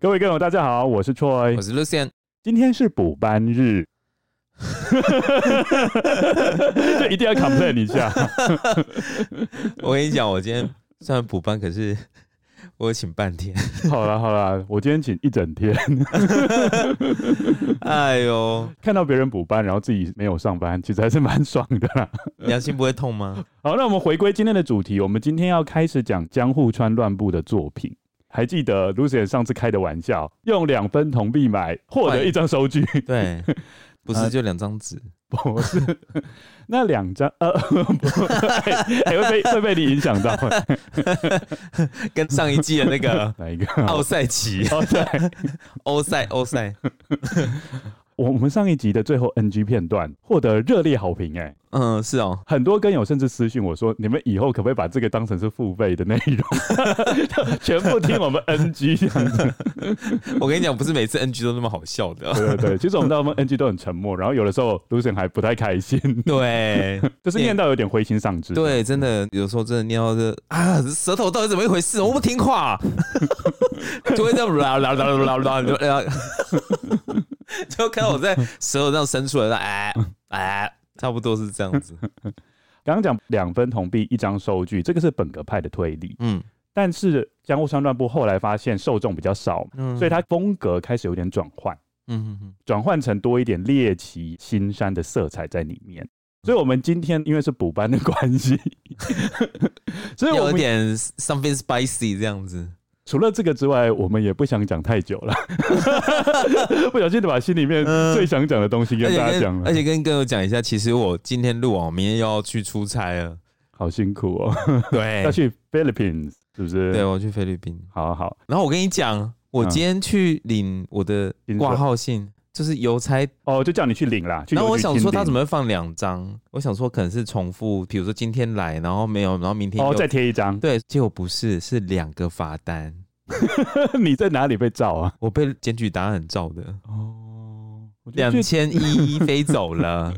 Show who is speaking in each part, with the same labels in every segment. Speaker 1: 各位观众，大家好，我是 Troy
Speaker 2: 我。是 Lucian，
Speaker 1: 今天是补 班日，这一定要 complain 一下。
Speaker 2: 我跟你讲，我今天虽然补班，可是 我有请半天。
Speaker 1: 好啦好啦，我今天请一整天，
Speaker 2: 哎呦，
Speaker 1: 看到别人补班，然后自己没有上班，其实还是蛮爽的啦。
Speaker 2: 良心不会痛吗？
Speaker 1: 好，那我们回归今天的主题，我们今天要开始讲江户川乱步的作品。还记得 Lucian 上次开的玩笑，用两分铜币买获得一张收据，
Speaker 2: 对，呃不是就两张纸。
Speaker 1: 不是那两张呃，不哎、哎会被会被你影响到、
Speaker 2: 跟上一季的那 个
Speaker 1: 哪一个？
Speaker 2: 奥赛奇、
Speaker 1: 哦，对，
Speaker 2: 欧赛、欧赛，
Speaker 1: 我们上一集的最后 NG 片段获得热烈好评、哎，
Speaker 2: 嗯，是哦，
Speaker 1: 很多跟友甚至私讯我说，你们以后可不可以把这个当成是付费的内容， 全部听我们 NG 这样子？
Speaker 2: 我跟你讲，不是每次 NG 都那么好笑的。
Speaker 1: 对对对，其实我们大部分 NG 都很沉默，然后有的时候 Lucian 还不太开心，
Speaker 2: 对
Speaker 1: 就是念到有点灰心丧志。
Speaker 2: 对，真的有时候真的念到这啊，舌头到底怎么一回事？我不听话，啊 就会这样啦啦啦啦啦啦，哎 就看到我在舌头这样伸出来，哎哎，差不多是这样子。
Speaker 1: 刚刚讲两分铜币一张收据，这个是本格派的推理，
Speaker 2: 嗯
Speaker 1: 但是江户川乱步后来发现受众比较少，
Speaker 2: 嗯
Speaker 1: 所以他风格开始有点转换。
Speaker 2: 嗯嗯
Speaker 1: 转换成多一点猎奇新山的色彩在里面。所以，我们今天因为是补班的 关系，所以
Speaker 2: 嗯，
Speaker 1: 我
Speaker 2: 有一
Speaker 1: 们
Speaker 2: 点 something spicy 这样子。
Speaker 1: 除了这个之外，我们也不想讲太久 了，不小心的把心里面
Speaker 2: 嗯
Speaker 1: 最想讲的东西
Speaker 2: 而
Speaker 1: 跟
Speaker 2: 且
Speaker 1: 大家讲
Speaker 2: 跟
Speaker 1: 了
Speaker 2: 而，且跟各位讲一下，其实我今天录完，哦我明天又要去出差了。
Speaker 1: 好辛苦哦，
Speaker 2: 对
Speaker 1: 要，去 Philippines 是不是？
Speaker 2: 哎对，我去菲律宾。
Speaker 1: 好好，
Speaker 2: 然后我跟你讲，我
Speaker 1: 嗯
Speaker 2: 今天去领我的
Speaker 1: 薪水
Speaker 2: 挂号信，就是邮差
Speaker 1: 哦，就叫你去领啦。去
Speaker 2: 然后
Speaker 1: 邮
Speaker 2: 我
Speaker 1: 局
Speaker 2: 想说
Speaker 1: 签
Speaker 2: 他
Speaker 1: 订
Speaker 2: 怎么会放两张？我想说可能是重复，比如说今天来，然后没有，然后明天
Speaker 1: 哦，
Speaker 2: 又
Speaker 1: 再贴一 张，
Speaker 2: 对，结果不是，是两个罚单，
Speaker 1: 你在哪里被照啊？
Speaker 2: 我被检举答案照的，
Speaker 1: 哦，我就
Speaker 2: 两
Speaker 1: 去
Speaker 2: 千一飞走 了，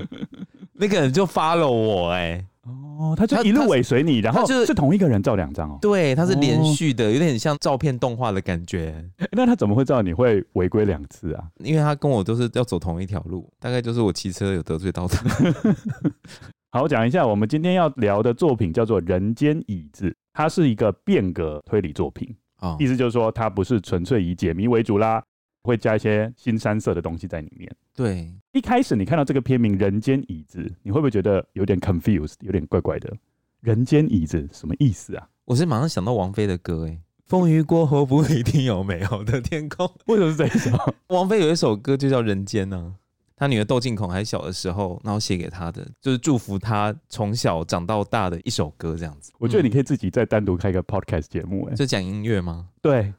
Speaker 2: 那个人就发了我、哎，
Speaker 1: 哦，他就
Speaker 2: 他
Speaker 1: 一
Speaker 2: 他
Speaker 1: 路尾随你，然后
Speaker 2: 他就是
Speaker 1: 是同一个人照两张哦。
Speaker 2: 对，他是连
Speaker 1: 哦
Speaker 2: 续的，有点像照片动画的感觉，
Speaker 1: 欸那他怎么会知道你会违规两次啊？
Speaker 2: 因为他跟我都是要走同一条路，大概就是我骑车有得罪到他，
Speaker 1: 好，我讲一下，我们今天要聊的作品叫做《人间椅子》，它是一个变革推理作品，
Speaker 2: 哦
Speaker 1: 意，思就是说它不是纯粹以解谜为主啦，会加一些新三色的东西在里面。
Speaker 2: 对，
Speaker 1: 一开始你看到这个片名《人间椅子》，你会不会觉得有点 confused，有点怪怪的？人间椅子什么意思啊？
Speaker 2: 我是马上想到王菲的歌、哎，风雨过后不一定有美好的天空。
Speaker 1: 为什么是这一首？
Speaker 2: 王菲有一首歌就叫《人间》呢、她女儿窦靖童还小的时候，然后写给她的，就是祝福她从小长到大的一首歌，这样子。
Speaker 1: 我觉得你
Speaker 2: 嗯、
Speaker 1: 可以自己再单独开一个 podcast 节目、欸，哎，
Speaker 2: 就讲音乐吗？
Speaker 1: 对，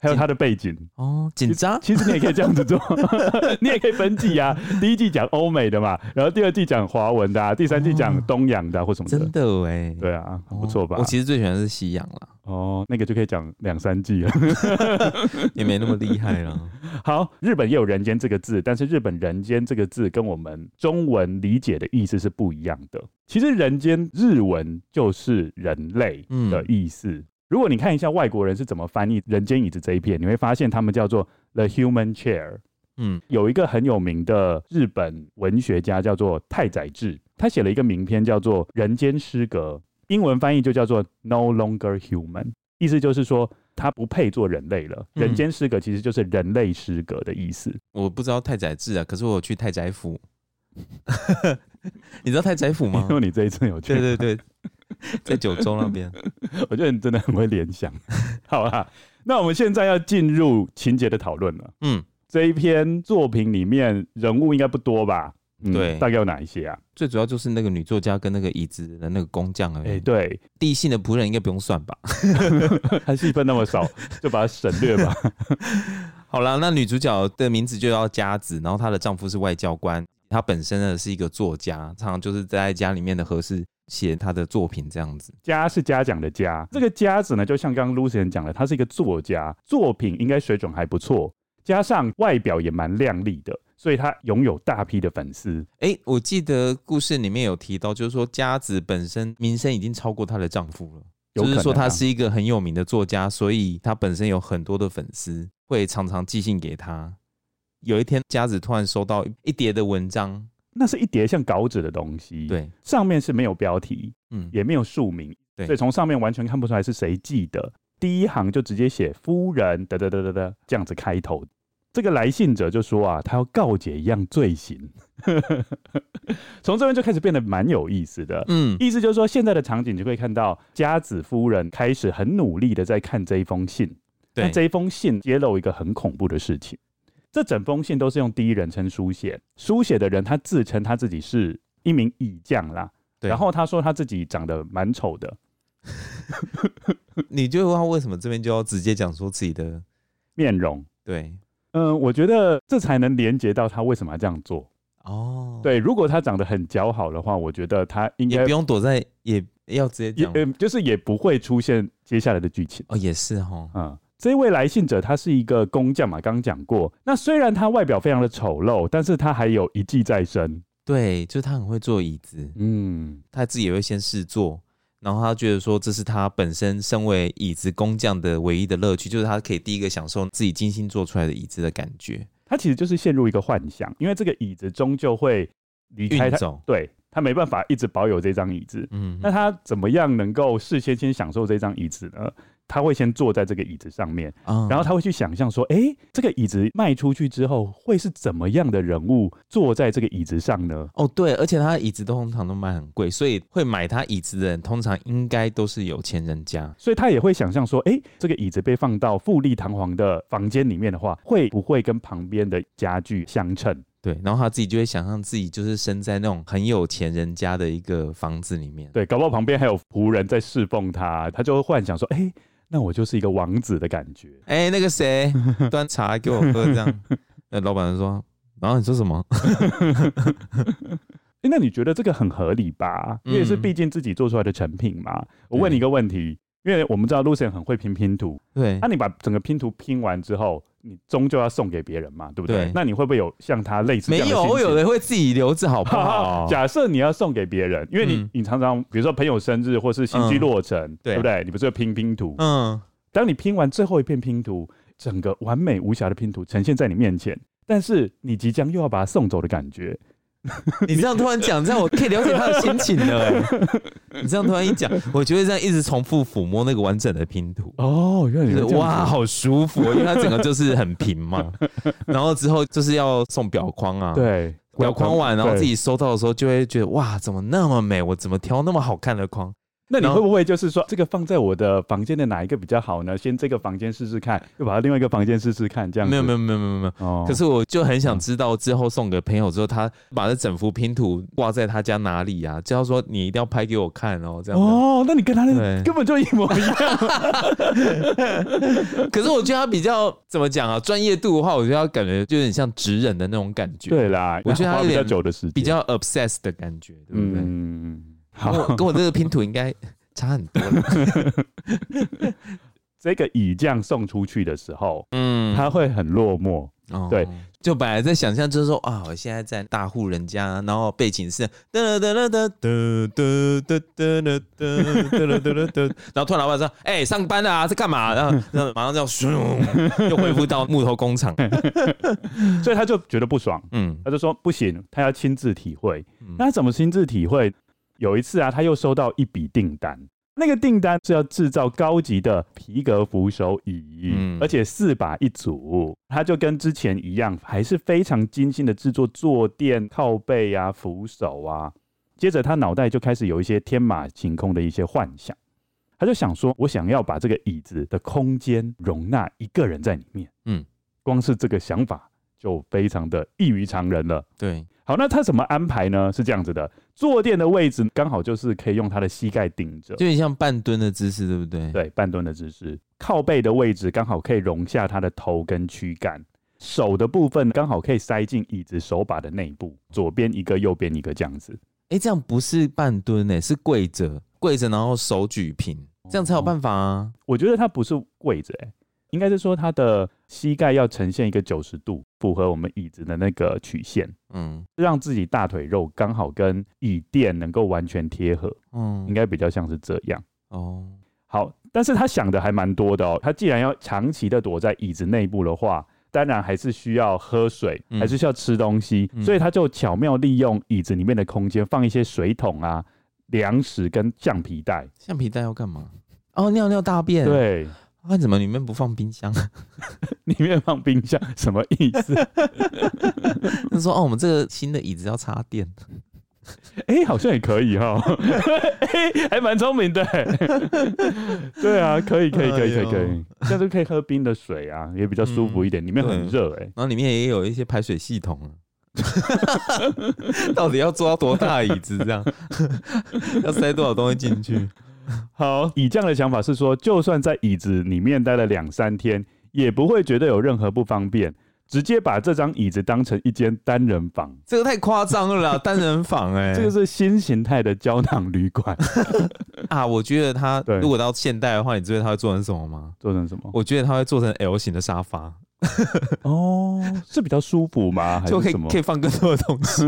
Speaker 1: 还有它的背景，
Speaker 2: 哦，紧张，
Speaker 1: 其实你也可以这样子做， 你也可以分季 啊。第一季讲欧美的嘛，然后第二季讲华文的、啊，第三季讲东洋的、啊、或什么
Speaker 2: 真
Speaker 1: 的。
Speaker 2: 的哎，
Speaker 1: 对啊，
Speaker 2: 哦，
Speaker 1: 不错吧
Speaker 2: 我？其实最喜欢的是西洋啦，
Speaker 1: 哦，那个就可以讲两三季了。
Speaker 2: 也没那么厉害啦。
Speaker 1: 好，日本也有“人间”这个字，但是日本“人间”这个字跟我们中文理解的意思是不一样的。其实“人间”日文就是人类的意思，如果你看一下外国人是怎么翻译“人间椅子”这一片，你会发现他们叫做 “the human chair”。
Speaker 2: 嗯，
Speaker 1: 有一个很有名的日本文学家叫做太宰治，他写了一个名篇叫做《人间失格》，英文翻译就叫做 “No longer human”，意思就是说他不配做人类了。
Speaker 2: 嗯
Speaker 1: 人间失格其实就是人类失格的意思。
Speaker 2: 我不知道太宰治啊，可是我有去太宰府。 你知道太宰府吗
Speaker 1: 因？为 你这一次有
Speaker 2: 嗯
Speaker 1: 去，
Speaker 2: 对对对，在九州那边。
Speaker 1: 我觉得你真的很会联想。 好啦，那我们现在要进入情节的讨论了。
Speaker 2: 嗯，
Speaker 1: 这一篇作品里面人物应该不多吧？嗯
Speaker 2: 对
Speaker 1: 大概有哪一些啊？
Speaker 2: 最主要就是那个女作家跟那个椅子的那个工匠而
Speaker 1: 哎、
Speaker 2: 已。
Speaker 1: 对，
Speaker 2: 地性的仆人应该不用算吧？
Speaker 1: 他戏份那么少，就把它省略吧。
Speaker 2: 好啦，那女主角的名字就叫佳子，然后她的丈夫是外交官，她本身呢是一个作家，常常就是在家里面的和室写她的作品这样子。
Speaker 1: 家是嘉奖的家，这个家子呢，就像刚刚 Lucian 讲的，他是一个作家，作品应该水准还不错，加上外表也蛮靓丽的，所以他拥有大批的粉丝。
Speaker 2: 哎、我记得故事里面有提到，就是说佳子本身名声已经超过她的丈夫了，
Speaker 1: 有可
Speaker 2: 就
Speaker 1: 能
Speaker 2: 是
Speaker 1: 啊
Speaker 2: 说她是一个很有名的作家，所以她本身有很多的粉丝会常常寄信给她。有一天，佳子突然收到一叠的文章，
Speaker 1: 那是一叠像稿纸的东西，，
Speaker 2: 对，
Speaker 1: 上面是没有标题，
Speaker 2: 嗯，
Speaker 1: 也没有署名，
Speaker 2: 对
Speaker 1: 所以从上面完全看不出来是谁寄的。第一行就直接写“夫人”得得得得得这样子开头。这个来信者就说啊，他要告解一样罪行， 从这边就开始变得蛮有意思的。
Speaker 2: 嗯，
Speaker 1: 意思就是说，现在的场景就可以看到家子夫人开始很努力的在看这一封信。那
Speaker 2: 对，
Speaker 1: 这一封信揭露一个很恐怖的事情，这整封信都是用第一人称书写，书写的人他自称他自己是一名乙将啦，
Speaker 2: 对
Speaker 1: 然后他说他自己长得蛮丑的，
Speaker 2: 你就会问为什么这边就要直接讲说自己的
Speaker 1: 面容。
Speaker 2: 对
Speaker 1: 嗯，我觉得这才能连接到他为什么要这样做。
Speaker 2: 哦，，
Speaker 1: 对，如果他长得很姣好的话，我觉得他应
Speaker 2: 也
Speaker 1: 该
Speaker 2: 不用躲在，也要直接
Speaker 1: 也
Speaker 2: 讲
Speaker 1: 呃就是也不会出现接下来的剧情。
Speaker 2: 哦，也是哈，
Speaker 1: 嗯，这位来信者他是一个工匠嘛，刚讲过。那虽然他外表非常的丑陋，但是他还有一技在身。
Speaker 2: 对，就是他很会坐椅子，
Speaker 1: 嗯，
Speaker 2: 他自己也会先试坐，然后他觉得说这是他本身身为椅子工匠的唯一的乐趣，就是他可以第一个享受自己精心做出来的椅子的感觉，
Speaker 1: 他其实就是陷入一个幻想，因为这个椅子终究会离开
Speaker 2: 运
Speaker 1: 他，
Speaker 2: 走，
Speaker 1: 对他没办法一直保有这张椅子。
Speaker 2: 嗯，
Speaker 1: 那他怎么样能够事先先享受这张椅子呢？他会先坐在这个椅子上面，
Speaker 2: 嗯
Speaker 1: 然后他会去想象说，诶，这个椅子卖出去之后会是怎么样的人物坐在这个椅子上呢？
Speaker 2: 哦，对，而且他的椅子都通常都卖很贵，所以会买他椅子的人通常应该都是有钱人家，
Speaker 1: 所以他也会想象说，诶，这个椅子被放到富丽堂皇的房间里面的话，会不会跟旁边的家具相称？
Speaker 2: 对，然后他自己就会想象自己就是生在那种很有钱人家的一个房子里面，
Speaker 1: 对，搞不好旁边还有仆人在侍奉他，他就会幻想说，诶，那我就是一个王子的感觉。
Speaker 2: 哎、那个谁端茶给我喝，这 样，那老板就说，然后你说什么？
Speaker 1: 啊诶，那你觉得这个很合理吧？因为是
Speaker 2: 嗯
Speaker 1: 毕竟自己做出来的成品嘛。我问你一个问题，因为我们知道 Lucian 很会拼拼图，
Speaker 2: 对
Speaker 1: 那、，你把整个拼图拼完之后，你终究要送给别人嘛，对不对？
Speaker 2: 对
Speaker 1: 那你会不会有像他类似这
Speaker 2: 没
Speaker 1: 样的
Speaker 2: 有，
Speaker 1: 心
Speaker 2: 我有
Speaker 1: 情
Speaker 2: 人会自己留着，好不
Speaker 1: 哈
Speaker 2: 好
Speaker 1: 哈，？ 假设你要送给别人，因为你、
Speaker 2: 哦嗯
Speaker 1: 你常常比如说朋友生日或是新居落成，
Speaker 2: 对
Speaker 1: 对不对？你不是会拼拼图？
Speaker 2: 嗯，
Speaker 1: 当你拼完最后一片拼图，整个完美无瑕的拼图呈现在你面前，但是你即将又要把它送走的感觉，
Speaker 2: 你这样突然讲，这样我可以了解他的心情了、 哎你这样突然一讲，我觉得这样一直重复抚摸那个完整的拼图。
Speaker 1: 哦，原来你
Speaker 2: 就是
Speaker 1: 会这样
Speaker 2: 哇，
Speaker 1: 哇，
Speaker 2: 好舒服哦，因为它整个就是很平 嘛。然后之后就是要送表框啊，，
Speaker 1: 对，
Speaker 2: 表框完，然后
Speaker 1: 对
Speaker 2: 自己收到的时候就会觉得哇，怎么那么美？我怎么挑那么好看的框？
Speaker 1: 那你
Speaker 2: 然后
Speaker 1: 会不会就是说，这个放在我的房间的哪一个比较好呢？先这个房间试试看，又把它另外一个房间试试看，这样
Speaker 2: 没有没
Speaker 1: 有
Speaker 2: 有没有没有没有。
Speaker 1: 哦
Speaker 2: 可是我就很想知道，之后送给朋友之后，他把这整幅拼图挂在他家哪里啊？叫他说你一定要拍给我看哦，这样子。
Speaker 1: 哦，那你跟他
Speaker 2: 对
Speaker 1: 的根本就一模 一样，
Speaker 2: 可是我觉得他比较怎么讲啊？专业度的话，我觉得他感觉就有点像职人的那种感觉，，
Speaker 1: 对啦，
Speaker 2: 我觉得他
Speaker 1: 花
Speaker 2: 有
Speaker 1: 比较
Speaker 2: 点
Speaker 1: 久的时间，
Speaker 2: 比较 obsessed 的感觉，对不对？
Speaker 1: 嗯，
Speaker 2: 跟
Speaker 1: 好
Speaker 2: 我，跟我这个拼图应该差很多了。
Speaker 1: 这个乙将送出去的时候，
Speaker 2: 嗯，
Speaker 1: 他会很落寞，
Speaker 2: 哦
Speaker 1: 对，
Speaker 2: 就本来在想象就是说啊，我现在在大户人家，然后背景是哒哒哒哒哒哒哒哒哒哒哒哒，然后突然老板说：“ 哎，上班了啊，在干嘛？”然后 然后马上就咻，又恢复到木头工厂。
Speaker 1: 所以他就觉得不爽，
Speaker 2: 嗯
Speaker 1: 他就说不行，他要亲自体会
Speaker 2: 嗯。
Speaker 1: 那他怎么亲自体会？有一次啊，他又收到一笔订单，那个订单是要制造高级的皮革扶手椅，
Speaker 2: 嗯
Speaker 1: 而且四把一组。他就跟之前一样，还是非常精心的制作坐垫、靠背啊、扶手啊。接着他脑袋就开始有一些天马行空的一些幻想，他就想说，我想要把这个椅子的空间容纳一个人在里面。
Speaker 2: 嗯
Speaker 1: 嗯，光是这个想法就非常的异于常人了。
Speaker 2: 对，
Speaker 1: 好，那他怎么安排呢？是这样子的，坐垫的位置刚好就是可以用他的膝盖顶着，
Speaker 2: 就很像半蹲的姿势，对不对？
Speaker 1: 对，半蹲的姿势，靠背的位置刚好可以容下他的头跟躯干，手的部分刚好可以塞进椅子手把的内部，左边一个，右边一个这样子。
Speaker 2: 哎，这样不是半蹲欸诶，是跪着，跪着然后手举平，这样才有办法啊。
Speaker 1: 我觉得他不是跪着、欸，应该是说他的膝盖要呈现一个九十度，符合我们椅子的那个曲线，
Speaker 2: 嗯
Speaker 1: 让自己大腿肉刚好跟椅垫能够完全贴合，应
Speaker 2: 嗯，
Speaker 1: 该比较像是这样。
Speaker 2: 哦，
Speaker 1: 好，但是他想的还蛮多的哦。他既然要长期的躲在椅子内部的话，当然还是需要喝水，
Speaker 2: 嗯
Speaker 1: 还是需要吃东西，
Speaker 2: 嗯
Speaker 1: 所以他就巧妙利用椅子里面的空间，放一些水桶啊、粮食跟橡皮袋。
Speaker 2: 橡皮带要干嘛？哦，尿尿大便。，
Speaker 1: 对，
Speaker 2: 啊，怎么里面不放冰箱？
Speaker 1: 里面放冰箱，什么意 思？
Speaker 2: 他说：“哦，我们这个新的椅子要插电。
Speaker 1: 哎、好像也可 以哈、哦，哎、还蛮聪明的。对啊，可以，可以，可以，可以，可
Speaker 2: 哎嗯
Speaker 1: 以，这样就可以喝冰的水啊，也比较舒服一点。里面很热哎、”
Speaker 2: 然后里面也有一些排水系统啊。 到底要做到多大的椅子？这样 要塞多少东西进去？
Speaker 1: 好，以这样的想法是说，就算在椅子里面待了两三天，也不会觉得有任何不方便，直接把这张椅子当成一间单人房，
Speaker 2: 这个太夸张了啦，单人房哎、
Speaker 1: 这个是新形态的胶囊旅 馆，
Speaker 2: 啊，我觉得它
Speaker 1: 对
Speaker 2: 如果到现代的话，你知道它会做成什么吗？
Speaker 1: 做成什么？
Speaker 2: 我觉得它会做成 L 型的沙发，
Speaker 1: 哦，是比较舒服吗？还
Speaker 2: 就是可以
Speaker 1: 什么
Speaker 2: 可？以放更多的东 西，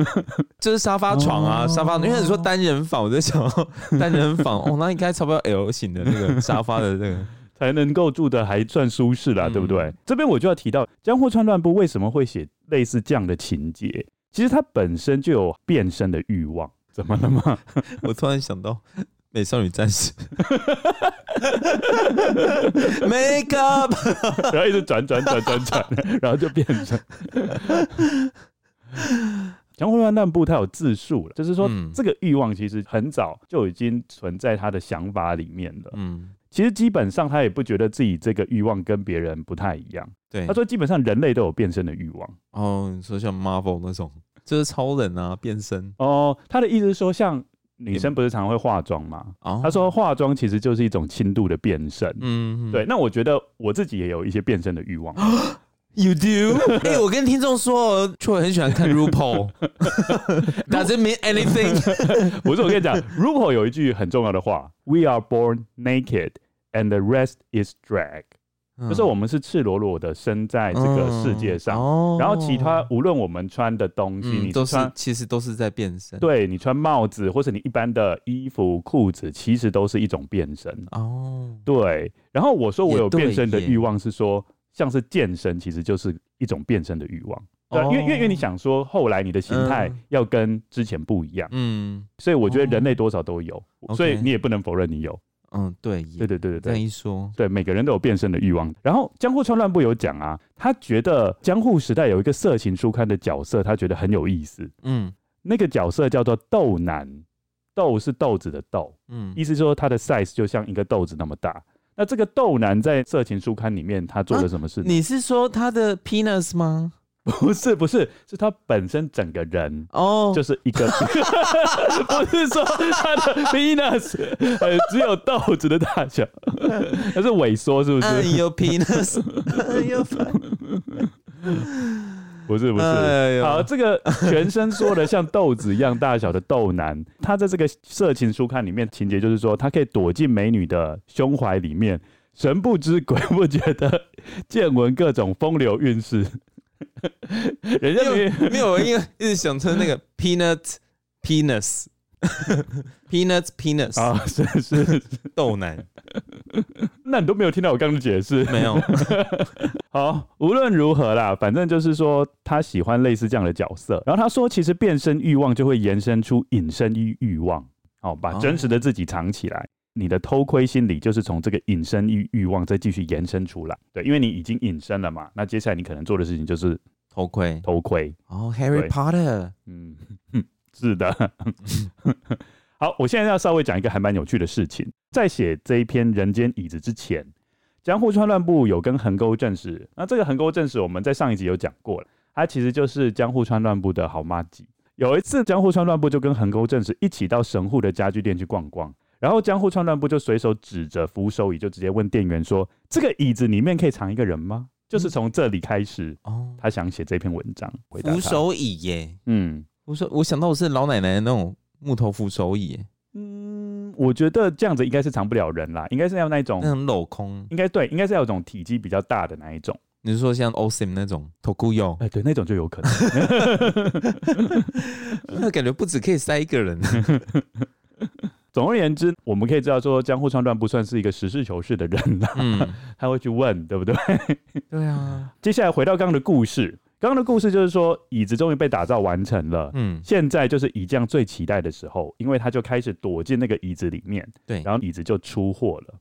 Speaker 2: 就是沙发床啊，
Speaker 1: 哦
Speaker 2: 沙发。因为你说单人房，我在想哦单人房哦，那应该差不多 L 型的那个沙发的那个。
Speaker 1: 才能够住的还算舒适啦，
Speaker 2: 嗯
Speaker 1: 对不对？这边我就要提到江户川乱步为什么会写类似这样的情节，其实他本身就有变身的欲望，怎么了吗？
Speaker 2: 我突然想到《美少女战士》，make up，
Speaker 1: 然后一直转转转转转，然后就变成。 江户川乱步他有自述了，就是说
Speaker 2: 嗯
Speaker 1: 这个欲望其实很早就已经存在他的想法里面了。
Speaker 2: 嗯，
Speaker 1: 其实基本上他也不觉得自己这个欲望跟别人不太一样。
Speaker 2: 对。
Speaker 1: 他说基本上人类都有变身的欲望
Speaker 2: 哦，你说像 Marvel 那种，就是超人啊，变身
Speaker 1: 哦。他的意思是说，像女生不是常会化妆吗？
Speaker 2: 哦，
Speaker 1: 他，说化妆其实就是一种轻度的变身。
Speaker 2: 嗯，
Speaker 1: 对，那我觉得我自己也有一些变身的 欲望。
Speaker 2: ，You do 。哎，我跟听众说，哦就很喜欢看 RuPaul。Does it mean anything？
Speaker 1: 不 是，我跟你讲，RuPaul 有一句很重要的话：“We are born naked, and the rest is drag。”就是
Speaker 2: 嗯
Speaker 1: 我们是赤裸裸的生在这个世界上，
Speaker 2: 哦
Speaker 1: 然后其他无论我们穿的东西，
Speaker 2: 嗯
Speaker 1: 你
Speaker 2: 都
Speaker 1: 是
Speaker 2: 是
Speaker 1: 穿
Speaker 2: 其实都是在变身。
Speaker 1: 对你穿帽子或是你一般的衣服、裤子，其实都是一种变身。
Speaker 2: 哦，
Speaker 1: 对，然后我说我有
Speaker 2: 也对
Speaker 1: 变身的
Speaker 2: 耶
Speaker 1: 欲望，是说像是健身，其实就是一种变身的欲望。对啊，因为因为因为你想说，后来你的形态
Speaker 2: 嗯
Speaker 1: 要跟之前不一样，
Speaker 2: 嗯
Speaker 1: 所以我觉得
Speaker 2: 哦
Speaker 1: 人类多少都有，
Speaker 2: OK
Speaker 1: 所以你也不能否认你有。
Speaker 2: 嗯，对耶，
Speaker 1: 对对对对
Speaker 2: 这样
Speaker 1: 对
Speaker 2: 一说，
Speaker 1: 对，每个人都有变身的欲望。然后江户川乱步有讲啊，他觉得江户时代有一个色情书刊的角色，他觉得很有意思。
Speaker 2: 嗯
Speaker 1: 那个角色叫做豆男，豆是豆子的豆，
Speaker 2: 嗯，
Speaker 1: 意思说他的 size 就像一个豆子那么大。那这个豆男在色情书刊里面他做了什么事呢？
Speaker 2: 啊你是说他的 penis 吗？
Speaker 1: 不是不是，是他本身整个人。
Speaker 2: 哦，
Speaker 1: 就是一 个，不是说他的 penis 呃只有豆子的 大小，它是萎缩是不是？
Speaker 2: 按啊有 penis，按哎有
Speaker 1: 不是不是，
Speaker 2: 哎呦
Speaker 1: 好，这个全身缩的像豆子一样大小的豆男，他在这个色情书刊里面情节就是说，他可以躲进美女的胸怀里面，神不知鬼不觉的见闻各种风流韵事。 人家没
Speaker 2: 没有，因为一直想成那个 peanut penis peanut penis
Speaker 1: 啊，是是，是
Speaker 2: 豆男，
Speaker 1: 那你都没有听到我刚刚的解释。
Speaker 2: 没有，
Speaker 1: 好，无论如何啦，反正就是说他喜欢类似这样的角色。然后他说，其实变身欲望就会延伸出隐身欲欲望，哦，把
Speaker 2: 哦
Speaker 1: 真实的自己藏起来。你的偷窥心理就是从这个隐身欲欲望再继续延伸出来，对，因为你已经隐身了嘛，那接下来你可能做的事情就是
Speaker 2: 头盔
Speaker 1: 偷窥，
Speaker 2: 哦
Speaker 1: 对
Speaker 2: ，Harry Potter，
Speaker 1: 嗯， 是的。 好，我现在要稍微讲一个还蛮有趣的事情。在写这一篇《人间椅子》之前，江户川乱步有跟横沟正史，那这个横沟正史我们在上一集有讲过了，他其实就是江户川乱步的好妈吉。有一次，江户川乱步就跟横沟正史一起到神户的家具店去逛逛，然后江户川乱步就随手指着扶手椅，就直接问店员说：“这个椅子里面可以藏一个人吗？”就是从这里开始，
Speaker 2: 哦，
Speaker 1: 他想写这篇文章回答他
Speaker 2: 扶，手椅耶，
Speaker 1: 嗯。
Speaker 2: 我说我想到我是老奶奶的那种木头扶手椅耶，
Speaker 1: 嗯，我觉得这样子应该是藏不了人啦，应该是要那种，
Speaker 2: 那种镂空，
Speaker 1: 应该对，应该是要有种体积比较大的那一种。
Speaker 2: 你是说像 Osim 那种 Tokuyo，
Speaker 1: 哎、对，那种就有可能。
Speaker 2: 那感觉不止可以塞一个人，
Speaker 1: 总而言之，我们可以知道说，江户川乱不算是一个实事求是的人啦，
Speaker 2: 嗯，
Speaker 1: 他会去问，对不 对？
Speaker 2: 对啊，
Speaker 1: 接下来回到刚刚的故事，刚刚的故事就是说，椅子终于被打造完成了。
Speaker 2: 嗯，
Speaker 1: 现在就是椅匠最期待的时候，因为他就开始躲进那个椅子里面，
Speaker 2: 对
Speaker 1: 然后椅子就出货 了。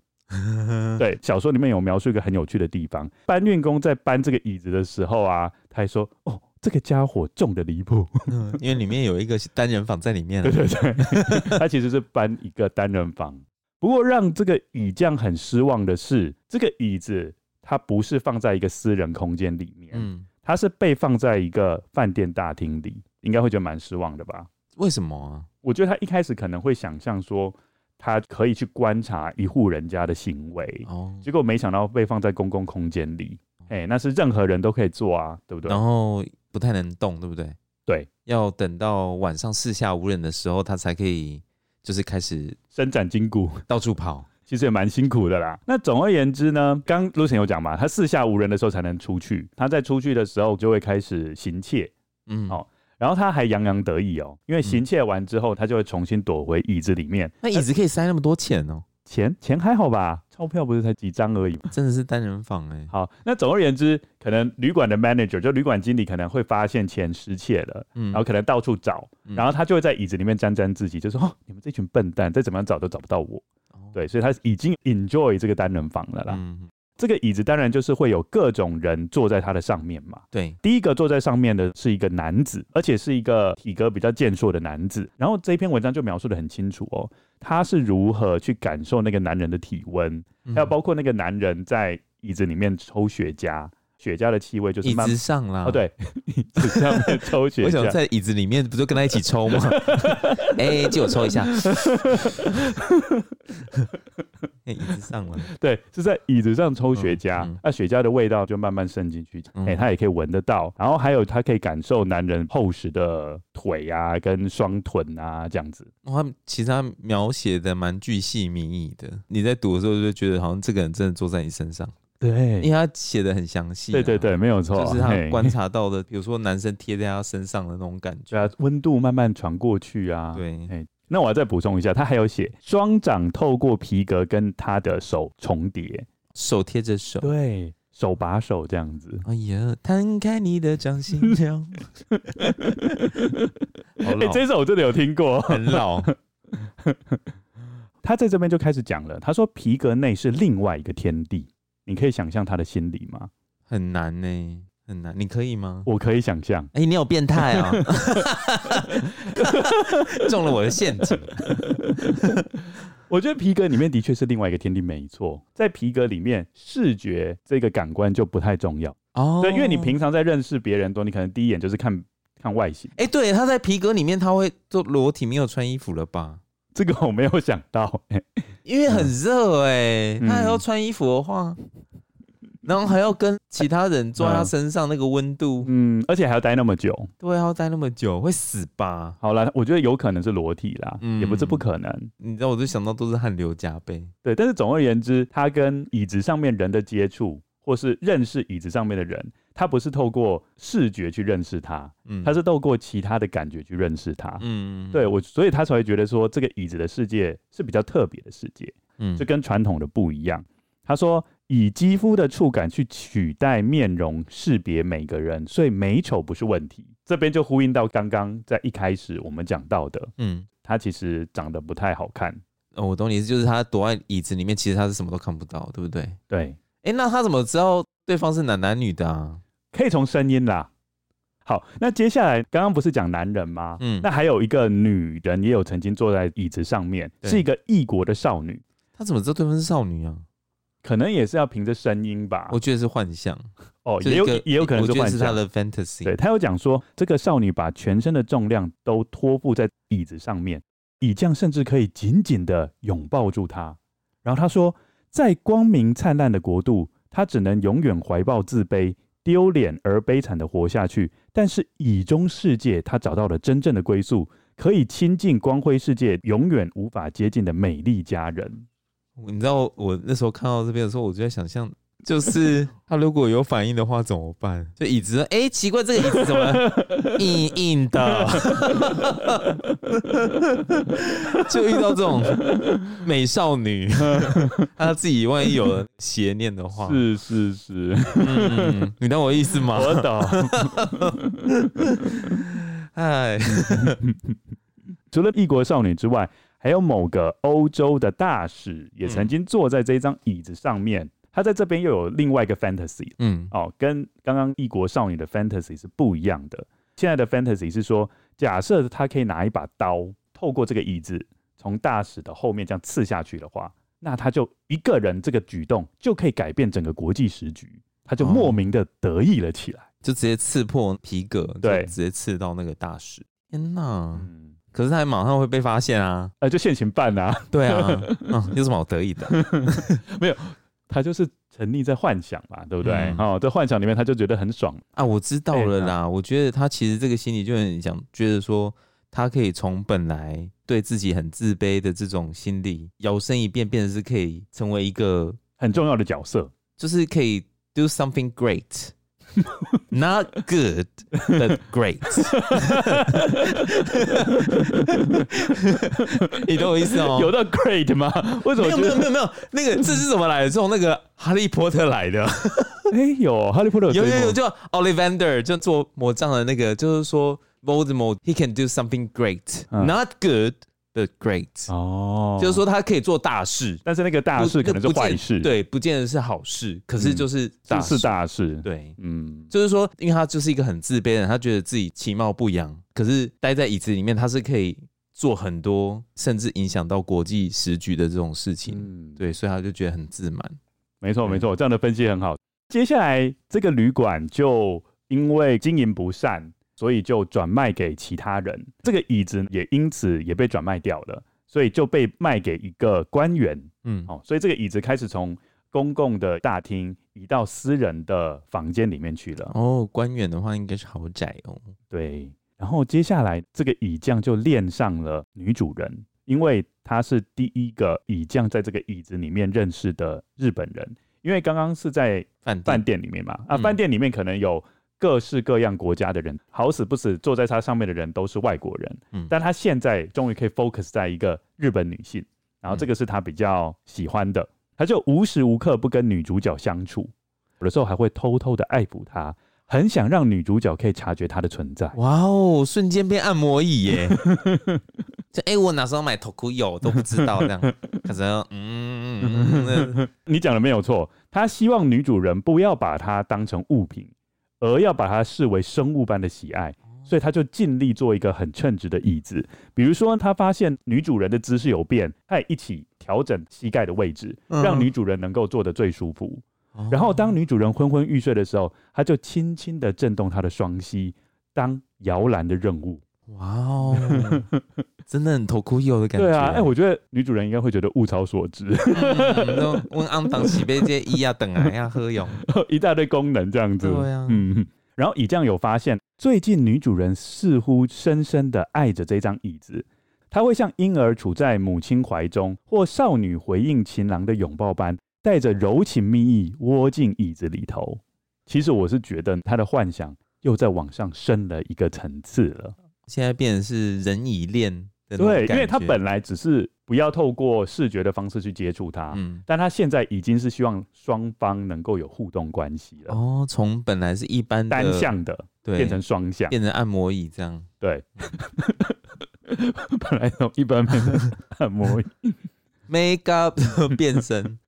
Speaker 1: 对，小说里面有描述一个很有趣的地方，搬运工在搬这个椅子的时候啊，他还说：“哦，这个家伙重的离谱。
Speaker 2: 嗯因为里面有一个单人房在里”面啊
Speaker 1: 对
Speaker 2: 了，
Speaker 1: 对对， 他其实是搬一个单人房。不过让这个椅匠很失望的是，这个椅子它不是放在一个私人空间里面，
Speaker 2: 嗯，
Speaker 1: 它是被放在一个饭店大厅里，应该会觉得蛮失望的吧？
Speaker 2: 为什么啊？
Speaker 1: 我觉得他一开始可能会想象说，他可以去观察一户人家的行为，
Speaker 2: 哦，
Speaker 1: 结果没想到被放在公共空间里，哎、那是任何人都可以做啊，对不对
Speaker 2: 然？后不太能动，对不对？
Speaker 1: 对，
Speaker 2: 要等到晚上四下无人的时候，他才可以就是开始
Speaker 1: 伸展筋骨
Speaker 2: 到处跑。
Speaker 1: 其实也蛮辛苦的啦。那总而言之呢，刚 Lucian 有讲嘛，他四下无人的时候才能出去，他在出去的时候就会开始行窃，
Speaker 2: 嗯，
Speaker 1: 好然后他还洋洋得意哦，因为行窃完之后，他就会重新躲回椅子里面。
Speaker 2: 那椅子可以塞那么多钱哦，
Speaker 1: 钱钱还好吧，钞票不是才几张而已吗
Speaker 2: 真的是单人房哎、
Speaker 1: 好，那总而言之，可能旅馆的 manager 就旅馆经理可能会发现钱失窃了，
Speaker 2: 嗯
Speaker 1: 然后可能到处找，
Speaker 2: 嗯
Speaker 1: 然后他就会在椅子里面沾沾自喜，就说：“哦，你们这群笨蛋，再怎么样找都找不到我。”对，所以他已经 enjoy 这个单人房了啦。
Speaker 2: 哦嗯，
Speaker 1: 这个椅子当然就是会有各种人坐在它的上面嘛。
Speaker 2: 对，
Speaker 1: 第一个坐在上面的是一个男子，而且是一个体格比较健硕的男子。然后这篇文章就描述的很清楚哦，他是如何去感受那个男人的体温，
Speaker 2: 嗯
Speaker 1: 还有包括那个男人在椅子里面抽雪茄，雪茄的气味就是
Speaker 2: 椅
Speaker 1: 慢
Speaker 2: 子上啦。
Speaker 1: 哦，，对， 椅子上面抽雪
Speaker 2: 我想
Speaker 1: 茄，
Speaker 2: 在椅子里面不就跟他一起抽吗？哎、借我抽一下。 哎椅子上了，
Speaker 1: 对，是在椅子上抽雪茄，那、
Speaker 2: 嗯嗯
Speaker 1: 雪茄的味道就慢慢渗进去，哎、
Speaker 2: 嗯
Speaker 1: 他也可以闻得到，然后还有他可以感受男人厚实的腿啊，跟双臀啊这样子，
Speaker 2: 哇，他其实他描写的蛮巨细靡遗的。你在读的时候就觉得好像这个人真的坐在你身上，因为
Speaker 1: 对，
Speaker 2: 他写的很详细、啊
Speaker 1: 对对，对，没有错，
Speaker 2: 就是他
Speaker 1: 嘿
Speaker 2: 观察到的，比如说男生贴在他身上的那种感
Speaker 1: 对
Speaker 2: 觉。
Speaker 1: 啊，温度慢慢传过去啊，。
Speaker 2: 对，
Speaker 1: 那我要再补充一下，他还有写双掌透过皮革跟他的手重叠，
Speaker 2: 手贴着手。
Speaker 1: 对，手把手这样子，
Speaker 2: 哎呀，摊开你的掌心 凉。好
Speaker 1: 哎、
Speaker 2: 老，
Speaker 1: 这首我真的有听过。
Speaker 2: 很老。
Speaker 1: 他在这边就开始讲了，他说皮革内是另外一个天地，你可以想象他的心理吗？
Speaker 2: 很难呢、很难。你可以吗？
Speaker 1: 我可以想象，
Speaker 2: 哎、你有变态啊！ 中了我的陷阱。
Speaker 1: 我觉得皮革里面的确是另外一个天地，没错。在皮革里面，视觉这个感官就不太重要，
Speaker 2: 哦
Speaker 1: 对，因为你平常在认识别人多，你可能第一眼就是看看外形，
Speaker 2: 哎、对，他在皮革里面他会做裸体，没有穿衣服了吧？
Speaker 1: 这个我没有想到，哎
Speaker 2: 因为很热哎、
Speaker 1: 嗯
Speaker 2: 他还要穿衣服的话，然后还要跟其他人坐在他身上，那个温度，
Speaker 1: 嗯，而且还要待那么久。
Speaker 2: 对，还要待那么久，会死吧？
Speaker 1: 好了，我觉得有可能是裸体啦，
Speaker 2: 嗯
Speaker 1: 也不是不可能。
Speaker 2: 你知道，我就想到都是汗流浃背。
Speaker 1: 对，但是总而言之，他跟椅子上面人的接触，或是认识椅子上面的人，他不是透过视觉去认识他，
Speaker 2: 嗯
Speaker 1: 他是透过其他的感觉去认识他。
Speaker 2: 嗯，
Speaker 1: 对我，所以他才会觉得说这个椅子的世界是比较特别的世界，
Speaker 2: 嗯，
Speaker 1: 就跟传统的不一样。他说以肌肤的触感去取代面容识别每个人，所以美丑不是问题。这边就呼应到刚刚在一开始我们讲到的，
Speaker 2: 嗯。
Speaker 1: 他其实长得不太好看。
Speaker 2: 哦，我懂你意思，就是他躲在椅子里面，其实他是什么都看不到，对不对？
Speaker 1: 对，
Speaker 2: 哎，那他怎么知道对方是男男女的啊？
Speaker 1: 可以从声音啦。好，那接下来刚刚不是讲男人吗？
Speaker 2: 嗯
Speaker 1: 那还有一个女人也有曾经坐在椅子上面，
Speaker 2: 对
Speaker 1: 是一个异国的少女，
Speaker 2: 他怎么知道对方是少女啊？
Speaker 1: 可能也是要凭着声音吧
Speaker 2: 我。觉得是幻象，
Speaker 1: 哦，
Speaker 2: 这
Speaker 1: 也有
Speaker 2: 个
Speaker 1: 也有可能
Speaker 2: 我
Speaker 1: 是
Speaker 2: 觉
Speaker 1: 幻
Speaker 2: 得是他
Speaker 1: 想。
Speaker 2: 的 fantasy。
Speaker 1: 对，他有讲说，这个少女把全身的重量都托付在椅子上面，椅匠甚至可以紧紧的拥抱住她。然后他说，在光明灿烂的国度，她只能永远怀抱自卑、丢脸而悲惨的活下去。但是椅中世界，她找到了真正的归宿，可以亲近光辉世界永远无法接近的美丽佳人。
Speaker 2: 你知道我那时候看到这边的时候，我就在想象，就是 他如果有反应的话怎么办？就椅子，哎、奇怪，这个椅子怎么硬硬的？ 就遇到这种美少女， 她自己万一有了邪念的话，
Speaker 1: 是是是，
Speaker 2: 嗯，嗯你懂我意思吗？
Speaker 1: 我懂。
Speaker 2: 哎，
Speaker 1: 除了异国少女之外，还有某个欧洲的大使也曾经坐在这一张椅子上面。他在这边又有另外一个 fantasy
Speaker 2: 嗯
Speaker 1: 哦，跟刚刚异国少女的 fantasy 是不一样的。现在的 fantasy 是说，假设他可以拿一把刀，透过这个椅子从大使的后面这样刺下去的话，那他就一个人这个举动就可以改变整个国际时局，他就
Speaker 2: 哦
Speaker 1: 莫名的得意了起来。
Speaker 2: 就直接刺破皮革，
Speaker 1: 对
Speaker 2: 就直接刺到那个大使。天哪！
Speaker 1: 嗯，
Speaker 2: 可是他马上会被发现啊！
Speaker 1: 呃，就现行犯啊，
Speaker 2: 对啊，嗯，有什么好得意的？
Speaker 1: 他就是沉溺在幻想嘛，对不对？
Speaker 2: 嗯
Speaker 1: 哦，在幻想里面他就觉得很爽。
Speaker 2: 啊，我知道了
Speaker 1: 对
Speaker 2: 啦。我觉得他其实这个心理就很想，觉得说他可以从本来对自己很自卑的这种心理，摇身一变，变成是可以成为一个，
Speaker 1: 很重要的角色。
Speaker 2: 就是可以 do something great。Not good, but great 。你懂我意思哦？
Speaker 1: 有到 great 吗？ 为什
Speaker 2: 没
Speaker 1: 么
Speaker 2: 有
Speaker 1: 觉
Speaker 2: 没有
Speaker 1: 得
Speaker 2: 没有没有，那个这是怎么来的？从那个哈利波特来的。
Speaker 1: 哎、有哈利波 特
Speaker 2: 有
Speaker 1: 这一
Speaker 2: 有
Speaker 1: 幕
Speaker 2: 有，就 Ollivander 就做魔杖的那个，就是说 Voldemort he can do something great,
Speaker 1: 嗯
Speaker 2: not good but great，、
Speaker 1: 哦，
Speaker 2: 就是说他可以做大事，
Speaker 1: 但是那个大事
Speaker 2: 不
Speaker 1: 可能是
Speaker 2: 不见
Speaker 1: 坏事，，
Speaker 2: 对，不见得是好事，可是
Speaker 1: 嗯
Speaker 2: 就是
Speaker 1: 这
Speaker 2: 大事
Speaker 1: 是大事，，
Speaker 2: 对。
Speaker 1: 嗯，
Speaker 2: 就是说，因为他就是一个很自卑的人，他觉得自己其貌不扬，可是待在椅子里面，他是可以做很多，甚至影响到国际时局的这种事情。
Speaker 1: 嗯，
Speaker 2: 对，所以他就觉得很自满。
Speaker 1: 没错
Speaker 2: 对
Speaker 1: 没错，这样的分析很好。接下来这个旅馆就因为经营不善，所以就转卖给其他人，这个椅子也因此也被转卖掉了，所以就被卖给一个官员，
Speaker 2: 嗯，
Speaker 1: 哦，所以这个椅子开始从公共的大厅移到私人的房间里面去了。
Speaker 2: 哦，官员的话应该是豪宅哦。
Speaker 1: 对，然后接下来这个椅匠就恋上了女主人，因为她是第一个椅匠在这个椅子里面认识的日本人。因为刚刚是在
Speaker 2: 饭店
Speaker 1: 饭店里面嘛，啊，
Speaker 2: 嗯
Speaker 1: 饭店里面可能有各式各样国家的人，好死不死坐在他上面的人都是外国人，
Speaker 2: 嗯
Speaker 1: 但他现在终于可以 focus 在一个日本女性，然后这个是他比较喜欢
Speaker 2: 嗯
Speaker 1: 的，他就无时无刻不跟女主角相处，有的时候还会偷偷的爱抚她，很想让女主角可以察觉她的存在。
Speaker 2: 哇哦，瞬间变按摩椅耶！就哎、我哪时候买 Tokuyo 都不知道这样，可是嗯嗯嗯嗯
Speaker 1: 你讲的没有错，他希望女主人不要把它当成物品，而要把它视为生物般的喜爱，
Speaker 2: 哦
Speaker 1: 所以他就尽力做一个很称职的椅子。比如说，他发现女主人的姿势有变，他也一起调整膝盖的位置，
Speaker 2: 嗯
Speaker 1: 让女主人能够坐得最舒服。
Speaker 2: 哦
Speaker 1: 然后，当女主人昏昏欲睡的时候，他就轻轻地震动她的双膝，当摇篮的任务。
Speaker 2: 哇哦，真的很 Tokuyo 的感觉。
Speaker 1: 对啊，哎、我觉得女主人应该会觉得物超所值。
Speaker 2: 嗯问安当喜杯这一啊等啊要喝用，
Speaker 1: 一大堆功能这样子。
Speaker 2: 对啊
Speaker 1: 嗯。然后乙酱有发现，最近女主人似乎深深的爱着这张椅子，她会像婴儿处在母亲怀中，或少女回应情郎的拥抱般，带着柔情蜜意窝进椅子里头。其实我是觉得他的幻想又在往上升了一个层次了。
Speaker 2: 现在变成是人以恋的那种
Speaker 1: 对，因为
Speaker 2: 感
Speaker 1: 他
Speaker 2: 觉
Speaker 1: 本来只是不要透过视觉的方式去接触他，
Speaker 2: 嗯
Speaker 1: 但他现在已经是希望双方能够有互动关系了，
Speaker 2: 哦，从本来是一般的
Speaker 1: 单向的
Speaker 2: 对
Speaker 1: 变成双向。
Speaker 2: 变成按摩椅这样，
Speaker 1: 对， 本来从一般变成按 摩椅，
Speaker 2: make up 变身，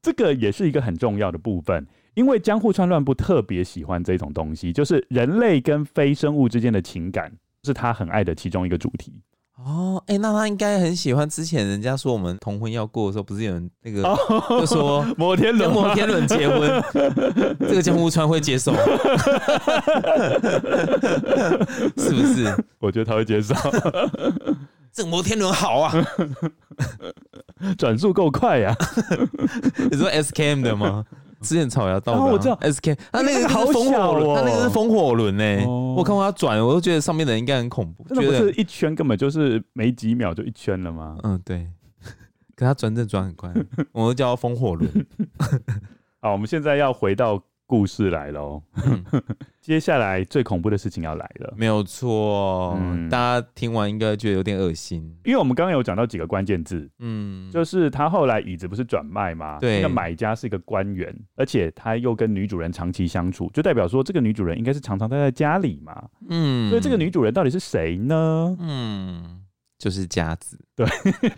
Speaker 1: 这个也是一个很重要的部分。因为江户川乱步特别喜欢这种东西，就是人类跟非生物之间的情感，是他很爱的其中一个主题。
Speaker 2: 哦，哎、那他应该很喜欢。之前人家说我们同婚要过的时候，不是有人那个、就说
Speaker 1: 摩天轮
Speaker 2: 跟
Speaker 1: 吗，
Speaker 2: 摩天轮结 婚，这个江户川会接受，是不是？
Speaker 1: 我觉得他会介 绍，
Speaker 2: 这个摩天轮好 啊，
Speaker 1: 转速够快啊呀、
Speaker 2: 你说 SKM 的吗？之前草芽到的、啊
Speaker 1: 哦我知道
Speaker 2: SKM，他那
Speaker 1: 那
Speaker 2: 个是
Speaker 1: 个好
Speaker 2: 风
Speaker 1: 小
Speaker 2: 火轮，啊
Speaker 1: 哦
Speaker 2: 他那个是风火轮呢、
Speaker 1: 哦
Speaker 2: 我看过他转，我都觉得上面的人应该很恐怖，
Speaker 1: 真的不
Speaker 2: 觉得
Speaker 1: 是一圈，根本就是没几秒就一圈了吗？
Speaker 2: 嗯对，可他转正转 很快，我都叫他风火轮。
Speaker 1: 好，我们现在要回到故事来喽。
Speaker 2: 嗯
Speaker 1: 接下来最恐怖的事情要来了，
Speaker 2: 没有错，哦
Speaker 1: 嗯
Speaker 2: 大家听完应该觉得有点恶心。
Speaker 1: 因为我们刚刚有讲到几个关键字，
Speaker 2: 嗯，
Speaker 1: 就是他后来椅子不是转卖吗？
Speaker 2: 对
Speaker 1: 那个买家是一个官员，而且他又跟女主人长期相处，就代表说这个女主人应该是常常待在家里嘛。
Speaker 2: 嗯
Speaker 1: 所以这个女，主人到底是谁呢？
Speaker 2: 嗯，就是家子。
Speaker 1: 对，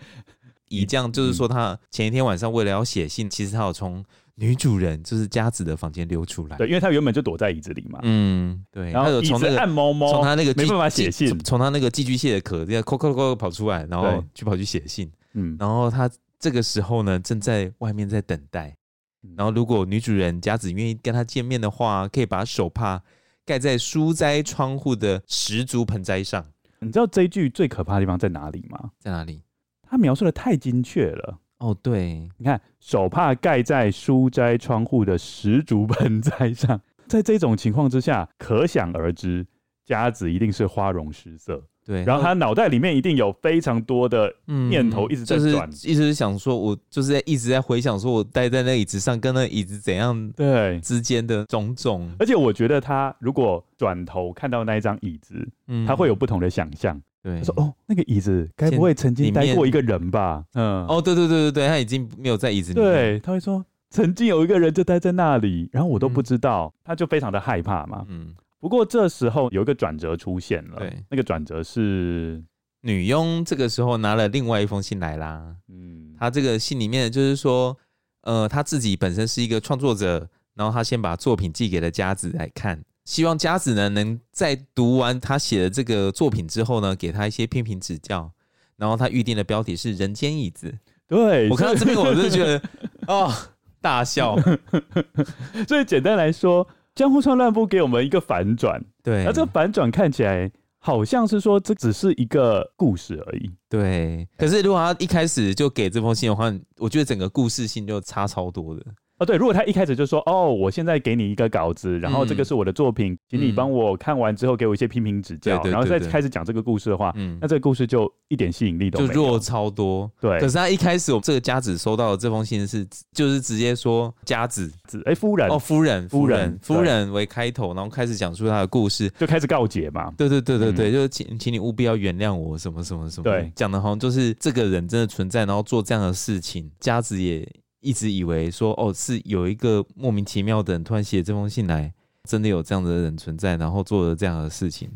Speaker 2: 以这样就是说，他前一天晚上为了要写信，其实他有从女主人就是家子的房间溜出来。
Speaker 1: 对，因为她原本就躲在椅子里嘛，
Speaker 2: 嗯，对，
Speaker 1: 然
Speaker 2: 他
Speaker 1: 后
Speaker 2: 有
Speaker 1: 椅
Speaker 2: 从
Speaker 1: 子
Speaker 2: 那个
Speaker 1: 按猫
Speaker 2: 从
Speaker 1: 猫，
Speaker 2: 他那个
Speaker 1: 没
Speaker 2: 寄
Speaker 1: 办法
Speaker 2: 寄
Speaker 1: 写信
Speaker 2: 从从他那个寄居蟹的壳，这样扣扣扣跑出来，然后
Speaker 1: 对
Speaker 2: 去跑去写信。
Speaker 1: 嗯，
Speaker 2: 然后他这个时候呢，正在外面在等待。
Speaker 1: 嗯
Speaker 2: 然后如果女主人家子愿意跟他见面的话，可以把手帕盖在书斋窗户的十足盆栽上。
Speaker 1: 你知道这一句最可怕的地方在哪里吗？
Speaker 2: 在哪里？
Speaker 1: 他描述的太精确了。
Speaker 2: 哦，对，
Speaker 1: 你看，手帕盖在书斋窗户的石竹盆栽上，在这种情况之下，可想而知，家子一定是花容失色。
Speaker 2: 对。
Speaker 1: 然后他脑袋里面一定有非常多的，
Speaker 2: 嗯
Speaker 1: 念头一直在转
Speaker 2: 就是一直想说，我就是在一直在回想，说我待在那椅子上跟那椅子怎样
Speaker 1: 对。
Speaker 2: 之间的种种。
Speaker 1: 而且我觉得他如果转头看到那一张椅子，
Speaker 2: 嗯
Speaker 1: 他会有不同的想象。
Speaker 2: 对
Speaker 1: 他说：“哦，那个椅子该不会曾经待过一个人吧？”嗯，
Speaker 2: 哦，对对对对对，他已经没有在椅子里面。
Speaker 1: 对，他会说曾经有一个人就待在那里，然后我都不知道，他就非常的害怕嘛。
Speaker 2: 嗯，
Speaker 1: 不过这时候有一个转折出现了，
Speaker 2: 对，
Speaker 1: 那个转折是，
Speaker 2: 女佣这个时候拿了另外一封信来啦。
Speaker 1: 嗯，
Speaker 2: 他这个信里面就是说，呃，他自己本身是一个创作者，然后他先把作品寄给了佳子来看，希望佳子呢能在读完他写的这个作品之后呢，给他一些批评指教。然后他预定的标题是“人间椅子
Speaker 1: 对，”，
Speaker 2: 我看到这
Speaker 1: 所
Speaker 2: 边我就觉得， 哦，大笑。
Speaker 1: 以所以简单来说，江户川乱步给我们一个反转，
Speaker 2: 对，
Speaker 1: 而这个反转看起来好像是说这只是一个故事而已，
Speaker 2: 对。可是如果他一开始就给这封信的话，我觉得整个故事性就差超多的。
Speaker 1: 哦，对，如果他一开始就说哦，我现在给你一个稿子，然后这个
Speaker 2: 嗯
Speaker 1: 是我的作品，请你帮我看完之后给我一些批评指教，
Speaker 2: 嗯对对
Speaker 1: 然后再
Speaker 2: 对对
Speaker 1: 开始讲这个故事的话，
Speaker 2: 嗯
Speaker 1: 那，这个故事就一点吸引力都
Speaker 2: 就
Speaker 1: 没有
Speaker 2: 弱。超多。
Speaker 1: 对，
Speaker 2: 可是他一开始，我们这个家子收到的这封信是，就是直接说家子
Speaker 1: 子哎，夫人、
Speaker 2: 哦，夫人，
Speaker 1: 夫
Speaker 2: 夫
Speaker 1: 人
Speaker 2: 人，
Speaker 1: 对
Speaker 2: 夫人为开头，然后开始讲述他的故事。
Speaker 1: 就开始告解嘛，
Speaker 2: 对对对对
Speaker 1: 嗯
Speaker 2: 对，就是请请你务必要原谅我，什么什么什么。
Speaker 1: 对
Speaker 2: 讲的好像就是这个人真的存在，然后做这样的事情。家子也一直以为说，哦，是有一个莫名其妙的人突然写这封信来，真的有这样的人存在，然后做了这样的事情，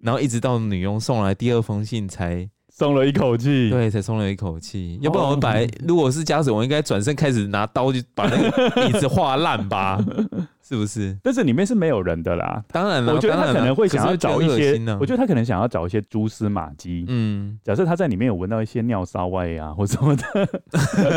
Speaker 2: 然后一直到女佣送来第二封信才
Speaker 1: 松了一口气。
Speaker 2: 对，才松了一口气。要不然
Speaker 1: 哦
Speaker 2: 我本来 如果是家属，我应该转身开始拿刀就把那个椅子划烂 吧，是不是？
Speaker 1: 但是里面是没有人的啦，
Speaker 2: 当然了，
Speaker 1: 我觉得
Speaker 2: 啊当
Speaker 1: 他
Speaker 2: 然
Speaker 1: 可
Speaker 2: 啦
Speaker 1: 能会想要找一些，我觉
Speaker 2: 得啊
Speaker 1: 得他可能想要找一些蛛丝马迹。
Speaker 2: 嗯，
Speaker 1: 假设他在里面有闻到一些尿骚味啊或什么的，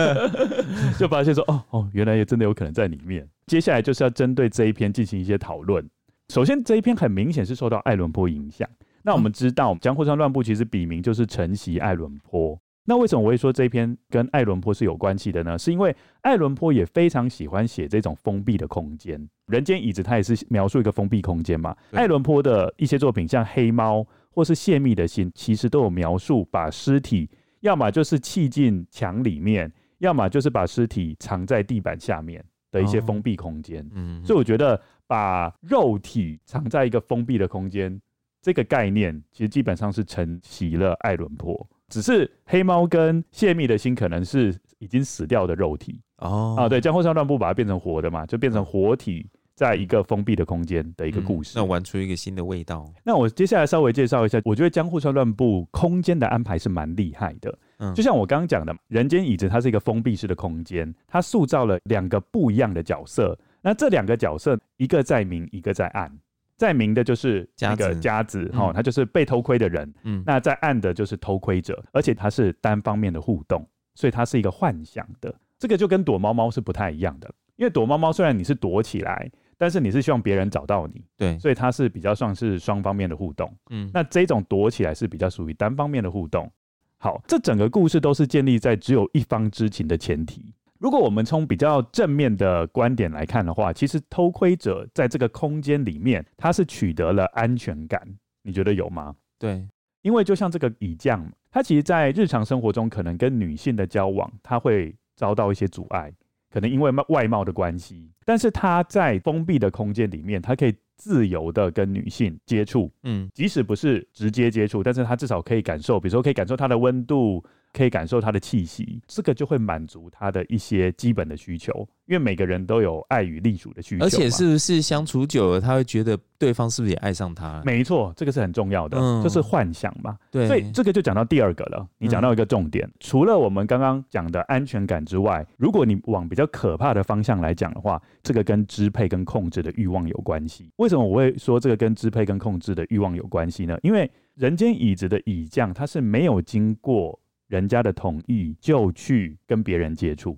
Speaker 1: 就发现说哦哦，原来也真的有可能在里面。接下来就是要针对这一篇进行一些讨论。首先，这一篇很明显是受到爱伦坡影响。那我
Speaker 2: 嗯
Speaker 1: 们知道，江户川乱步其实笔名就是承袭爱伦坡。那为什么我会说这一篇跟爱伦坡是有关系的呢？是因为爱伦坡也非常喜欢写这种封闭的空间，《人间椅子》它也是描述一个封闭空间嘛。
Speaker 2: 对
Speaker 1: 爱伦坡的一些作品，像《黑猫》或是《泄密的信》，其实都有描述把尸体要么就是砌进墙里面，要么就是把尸体藏在地板下面的一些
Speaker 2: 哦
Speaker 1: 封闭空间。
Speaker 2: 嗯，
Speaker 1: 所以我觉得把肉体藏在一个封闭的空间，这个概念其实基本上是承袭了爱伦坡，只是黑猫跟泄密的心可能是已经死掉的肉体
Speaker 2: 哦
Speaker 1: 啊，，对，江户上乱步把它变成活的嘛，就变成活体在一个封闭的空间的一
Speaker 2: 一
Speaker 1: 个故事。
Speaker 2: 嗯那玩出一个新的味道。
Speaker 1: 那我接下来稍微介绍一下，我觉得江户川乱步空间的安排是蛮厉害的。
Speaker 2: 嗯
Speaker 1: 就像我刚刚讲的，人间椅子它是一个封闭式的空间，它塑造了两个不一样的角色。那这两个角色，一个在明，一个在暗。在明的就是那个家子，
Speaker 2: 嗯
Speaker 1: 哦，他就是被偷窥的人；
Speaker 2: 嗯，
Speaker 1: 那在暗的就是偷窥者，而且它是单方面的互动，所以它是一个幻想的。这个就跟躲猫猫是不太一样的，因为躲猫猫虽然你是躲起来，但是你是希望别人找到你，
Speaker 2: 对，
Speaker 1: 所以它是比较算是双方面的互动。
Speaker 2: 嗯，
Speaker 1: 那这种躲起来是比较属于单方面的互动。好，这整个故事都是建立在只有一方知情的前提。如果我们从比较正面的观点来看的话，其实偷窥者在这个空间里面，他是取得了安全感，你觉得有吗？
Speaker 2: 对，
Speaker 1: 因为就像这个乙将，他其实在日常生活中可能跟女性的交往，他会遭到一些阻碍，可能因为外外貌的关系。但是他在封闭的空间里面，他可以自由的跟女性接触，
Speaker 2: 嗯，
Speaker 1: 即使不是直接接触，但是他至少可以感受，比如说可以感受它的温度，可以感受它的气息，这个就会满足他的一些基本的需求，因为每个人都有爱与隶属的需求嘛，
Speaker 2: 而且是不是相处久了，他会觉得对方是不是也爱上他了？
Speaker 1: 没错，这个是很重要的，
Speaker 2: 嗯
Speaker 1: 就是幻想嘛。
Speaker 2: 对，
Speaker 1: 所以这个就讲到第二个了。你讲到一个重点，除了我们刚刚讲的安全感之外，如果你往比较可怕的方向来讲的话，这个跟支配跟控制的欲望有关系。为什么我会说这个跟支配跟控制的欲望有关系呢？因为人间椅子的椅匠他是没有经过人家的同意就去跟别人接触。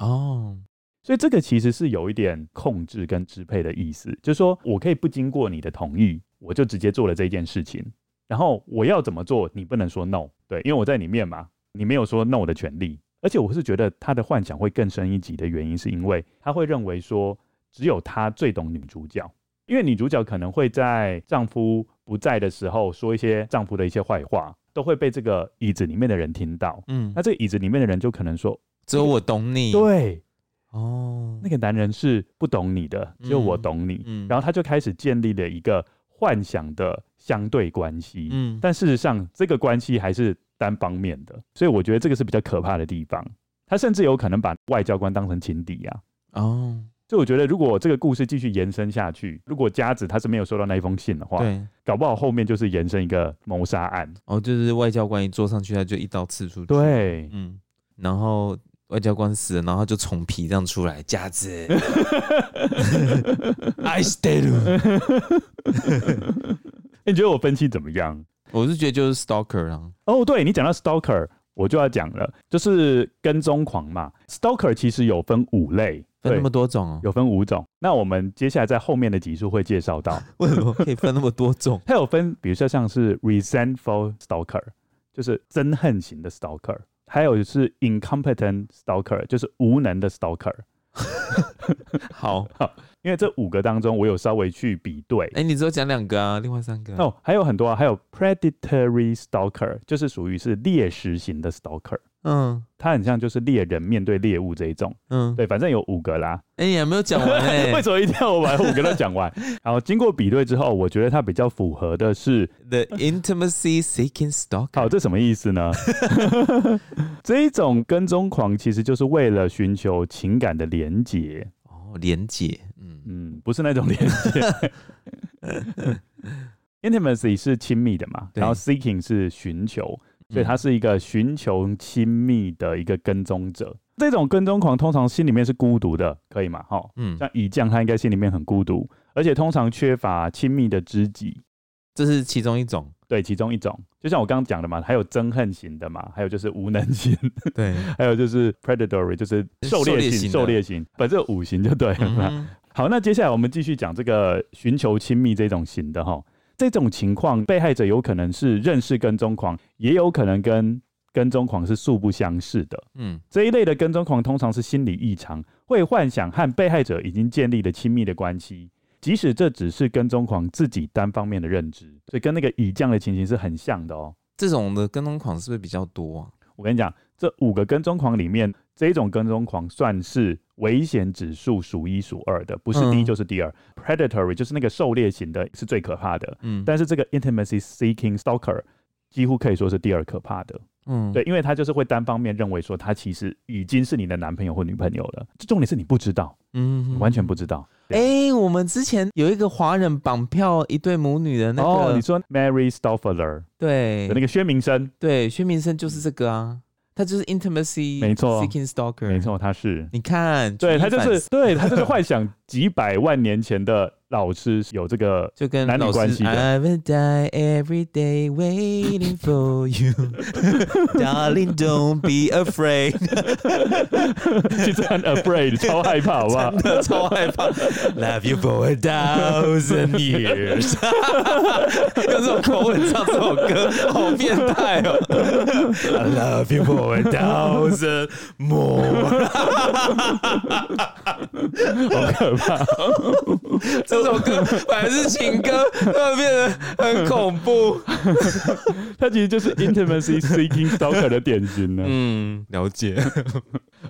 Speaker 2: 哦，
Speaker 1: 所以这个其实是有一点控制跟支配的意思，就是说我可以不经过你的同意，我就直接做了这件事情，然后我要怎么做，你不能说 no，对，因为我在里面嘛，你没有说 no 的权利。而且我是觉得他的幻想会更深一级的原因，是因为他会认为说只有他最懂女主角，因为女主角可能会在丈夫不在的时候说一些丈夫的一些坏话，都会被这个椅子里面的人听到。
Speaker 2: 嗯
Speaker 1: 那，这个椅子里面的人就可能说，
Speaker 2: 只有我懂你。，
Speaker 1: 对，
Speaker 2: 哦，
Speaker 1: 那个男人是不懂你的，只有我懂你。
Speaker 2: 嗯
Speaker 1: 然后他就开始建立了一个幻想的相对关系，
Speaker 2: 嗯，
Speaker 1: 但事实上这个关系还是单方面的，所以我觉得这个是比较可怕的地方。他甚至有可能把外交官当成情敌啊。
Speaker 2: 哦，
Speaker 1: 所以我觉得，如果这个故事继续延伸下去，如果佳子他是没有收到那一封信的话，
Speaker 2: 对，
Speaker 1: 搞不好后面就是延伸一个谋杀案。
Speaker 2: 哦，就是外交官一坐上去，他就一刀刺出去。，
Speaker 1: 对，
Speaker 2: 嗯，然后外交官死了，然后他就从皮这样出来，夹 子。I stay
Speaker 1: 诶你觉得我分析怎么样？
Speaker 2: 我是觉得就是 stalker 啊，
Speaker 1: 哦，对你讲到 stalker，我就要讲了，就是跟踪狂嘛。stalker 其实有分五类，
Speaker 2: 分
Speaker 1: 对
Speaker 2: 那么多种哦，
Speaker 1: 有分五种。那我们接下来在后面的集数会介绍到，？
Speaker 2: 为什么可以分那么多种
Speaker 1: 它有分，比如说像是 resentful stalker，就是憎恨型的 stalker，还有是 incompetent stalker，就是无能的 stalker。
Speaker 2: 好，
Speaker 1: 因为这五个当中，我有稍微去比对。
Speaker 2: 哎、你只有讲两个啊，另外三个啊、
Speaker 1: 哦，还有很多啊，还有 predatory stalker，就是属于是猎食型的 stalker，
Speaker 2: 嗯
Speaker 1: 它很像就是猎人面对猎物这一种。
Speaker 2: 嗯，
Speaker 1: 对，反正有五个啦。
Speaker 2: 哎、你还没有 讲完哎、
Speaker 1: 为什么一定要我把五个都讲完？然后经过比对之后，我觉得它比较符合的是，
Speaker 2: The intimacy seeking stalker，
Speaker 1: 好，这什么意思呢？ 这一种跟踪狂其实就是为了寻求情感的连结，
Speaker 2: 哦，连结，嗯
Speaker 1: 嗯，不是那种连结。Intimacy 是亲密的嘛，
Speaker 2: 对嗯
Speaker 1: 然后 seeking 是寻求，所以他是一个寻求亲密的一个跟踪者。这种跟踪狂通常心里面是孤独的，可以吗？哈，
Speaker 2: 嗯，
Speaker 1: 像乙将他应该心里面很孤独，而且通常缺乏亲密的知己。
Speaker 2: 这是其中一种，
Speaker 1: 对，其中一种，就像我刚刚讲的嘛，还有憎恨型的嘛，还有就是无能型，
Speaker 2: 对，
Speaker 1: 还有就是 predatory，就是狩
Speaker 2: 狩
Speaker 1: 猎
Speaker 2: 猎
Speaker 1: 型，
Speaker 2: 型的
Speaker 1: 狩猎型，反正有五型就对了嘛。
Speaker 2: 嗯
Speaker 1: 好，那接下来我们继续讲这个寻求亲密这种型的哈，这种情况被害者有可能是认识跟踪狂，也有可能跟跟踪狂是素不相识的。
Speaker 2: 嗯，
Speaker 1: 这一类的跟踪狂通常是心理异常，会幻想和被害者已经建立了亲密的关系，即使这只是跟踪狂自己单方面的认知，所以跟那个乙降的情形是很像的哦。
Speaker 2: 这种的跟踪狂是不是比较多啊？
Speaker 1: 我跟你讲，这五个跟踪狂里面，这种跟踪狂算是危险指数数一数二的，不是第一
Speaker 2: 嗯
Speaker 1: 就是第二。Predatory 就是那个狩猎型的，是最可怕的。
Speaker 2: 嗯，
Speaker 1: 但是这个 intimacy seeking stalker 几乎可以说是第二可怕的，
Speaker 2: 嗯，
Speaker 1: 对，因为他就是会单方面认为说他其实已经是你的男朋友或女朋友了，这重点是你不知道，
Speaker 2: 嗯
Speaker 1: 你完全不知道。
Speaker 2: 哎、我们之前有一个华人绑票一对母女的那个，
Speaker 1: 哦，你说 Mary Stoffeler
Speaker 2: 对
Speaker 1: 的那个薛明生，
Speaker 2: 对，薛明生就是这个啊，他就是 intimacy，
Speaker 1: 没错
Speaker 2: ，seeking stalker，
Speaker 1: 没。错，他是。
Speaker 2: 你看，
Speaker 1: 对
Speaker 2: 举一
Speaker 1: 他就
Speaker 2: 反
Speaker 1: 是，对他就是幻想几百万年前的老师有这个
Speaker 2: 就跟
Speaker 1: 男女
Speaker 2: 老师
Speaker 1: 关系的
Speaker 2: I will die every day waiting for you, darling. Don't be afraid.
Speaker 1: 其实很 afraid，超害怕，好不好？
Speaker 2: 真的超害怕。Love you for a thousand years 。用这种口吻唱这首歌，好变态哦。I love you for a thousand more 。
Speaker 1: 好可怕。
Speaker 2: 这首歌本来是情歌，突然变得很恐怖。
Speaker 1: 他其实就是 intimacy seeking stalker 的典型呢。
Speaker 2: 嗯，了解。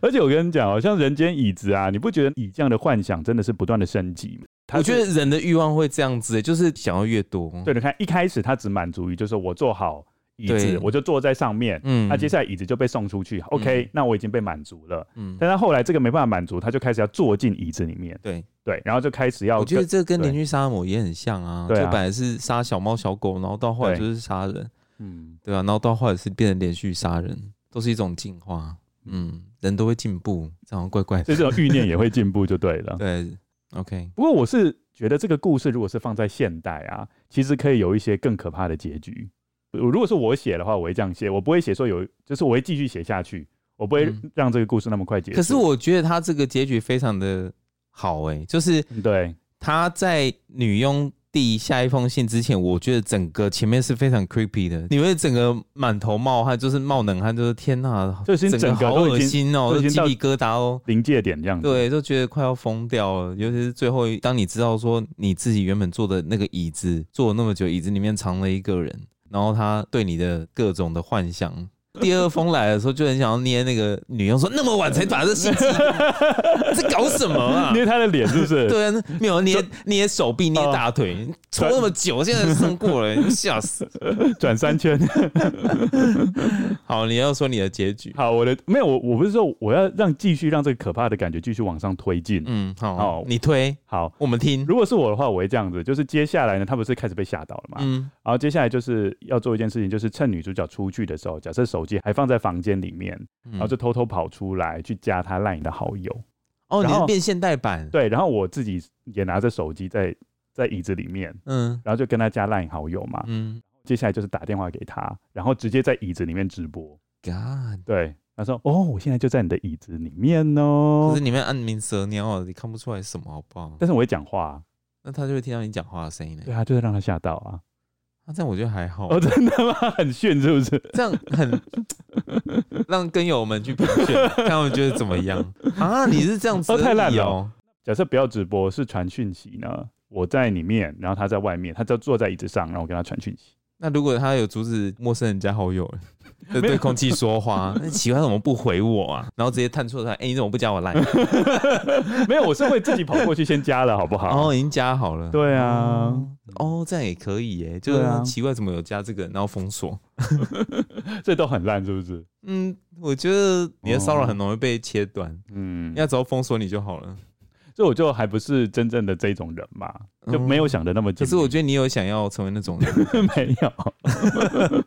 Speaker 1: 而且我跟你讲哦，像《人间椅子》啊，你不觉得以这样的幻想真的是不断的升级吗？他
Speaker 2: 我
Speaker 1: 是
Speaker 2: 觉得人的欲望会这样子，就是想要越多。
Speaker 1: 对，你看一开始他只满足于就是我坐好椅子
Speaker 2: 对，
Speaker 1: 我就坐在上面，
Speaker 2: 嗯
Speaker 1: 那、接下来椅子就被送出去，OK，、那我已经被满足了。
Speaker 2: 嗯，
Speaker 1: 但他后来这个没办法满足，他就开始要坐进椅子里面，
Speaker 2: 对。
Speaker 1: 对，然后就开始要
Speaker 2: 我觉得
Speaker 1: 跟
Speaker 2: 这跟
Speaker 1: 对
Speaker 2: 连续杀人魔也很像啊，
Speaker 1: 对啊
Speaker 2: 就本来是杀小猫小狗，然后到后来
Speaker 1: 对
Speaker 2: 就是杀人，
Speaker 1: 嗯，
Speaker 2: 对啊，然后到后来是变成连续杀人，都是一种进化。嗯，人都会进步，这样怪怪
Speaker 1: 所
Speaker 2: 的。
Speaker 1: 以这种欲念也会进步就对 了。
Speaker 2: 对，OK，
Speaker 1: 不过我是觉得这个故事如果是放在现代啊，其实可以有一些更可怕的结局。如如果是我写的话，我会这样写，我不会写说有，就是我会继续写下去，我不会
Speaker 2: 嗯
Speaker 1: 让这个故事那么快结束。
Speaker 2: 可是我觉得他这个结局非常的好诶、就是
Speaker 1: 嗯对
Speaker 2: 他在女佣递下一封信之前，我觉得整个前面是非常 creepy 的，你会整个满头冒汗，就是冒冷汗，就是天呐，
Speaker 1: 就已经
Speaker 2: 整
Speaker 1: 整个
Speaker 2: 好
Speaker 1: 都已
Speaker 2: 恶
Speaker 1: 经
Speaker 2: 心哦、
Speaker 1: 都已经
Speaker 2: 鸡
Speaker 1: 到
Speaker 2: 皮疙瘩哦、
Speaker 1: 临界点这样子，
Speaker 2: 对，就觉得快要疯掉了。尤其是最后一，当你知道说你自己原本坐的那个椅子，坐了那么久，椅子里面藏了一个人，然后他对你的各种的幻 想。第二封来的时候，就很想要捏那个女佣，说那么晚才把这信寄来， 在搞什么啊？
Speaker 1: 捏他的脸是 不是？
Speaker 2: 对啊，那没有捏
Speaker 1: 就啊
Speaker 2: 捏手臂、捏大腿，抽那么久，现在剩过了，吓 死！
Speaker 1: 转 三圈。
Speaker 2: 好，你要说你的结局。
Speaker 1: 好，我的没有，我我不是说我要让继续让这个可怕的感觉继续往上推进。
Speaker 2: 嗯，好
Speaker 1: 好，
Speaker 2: 你推，
Speaker 1: 好，
Speaker 2: 我们听。
Speaker 1: 如果是我的话，我会这样子，就是接下来呢，他不是开始被吓到了嘛？
Speaker 2: 嗯
Speaker 1: 然后接下来就是要做一件事情，就是趁女主角出去的时候，假设手机还放在房间里面，
Speaker 2: 嗯
Speaker 1: 然后就偷偷跑出来去加他 LINE 的好友。
Speaker 2: 哦，你
Speaker 1: 然
Speaker 2: 是
Speaker 1: 后
Speaker 2: 变现代版，
Speaker 1: 对，然后我自己也拿着手机在在椅子里面，
Speaker 2: 嗯
Speaker 1: 然后就跟他加 LINE 好友嘛。
Speaker 2: 嗯
Speaker 1: 接下来就是打电话给他，然后直接在椅子里面直播。
Speaker 2: ，God。
Speaker 1: 对，他说：“哦，我现在就在你的椅子里面哦。
Speaker 2: 可是”里面暗鸣蛇鸟啊，你看不出来什么，好不好？
Speaker 1: 但是我会讲话啊，
Speaker 2: 那他就会听到你讲话的声音呢
Speaker 1: 对。啊，就是让他吓到啊！
Speaker 2: 那、这样我觉得还好，
Speaker 1: 哦，真的吗？很炫是不是？
Speaker 2: 这样 很让跟友们去评选，看他们觉得怎么样啊？你是这样子、
Speaker 1: 哦太烂了
Speaker 2: 哦。
Speaker 1: 假设不要直播，是传讯息呢？我在里面，然后他在外面，他就坐在椅子上，然后我跟他传讯息。
Speaker 2: 那如果他有阻止陌生人加好 友，就对空气说话，那奇怪怎么不回我啊？然后直接探出来，哎、你怎么不加 我 line？
Speaker 1: 没有，我是会自己跑过去先加了，好不好？
Speaker 2: 哦，已经加好了。
Speaker 1: 对啊，
Speaker 2: 哦，这样也可以耶，就是
Speaker 1: 对啊
Speaker 2: 奇怪怎么有加这个，然后封锁。
Speaker 1: 这都很烂，是不是？
Speaker 2: 嗯，我觉得你的骚扰很容易被切断。
Speaker 1: 嗯，
Speaker 2: 要只要封锁你就好了。
Speaker 1: 所以我就还不是真正的这种人嘛，就没有想的那
Speaker 2: 嗯
Speaker 1: 么
Speaker 2: 可
Speaker 1: 精明。
Speaker 2: 是我觉得你有想要成为那种 人，
Speaker 1: 没有。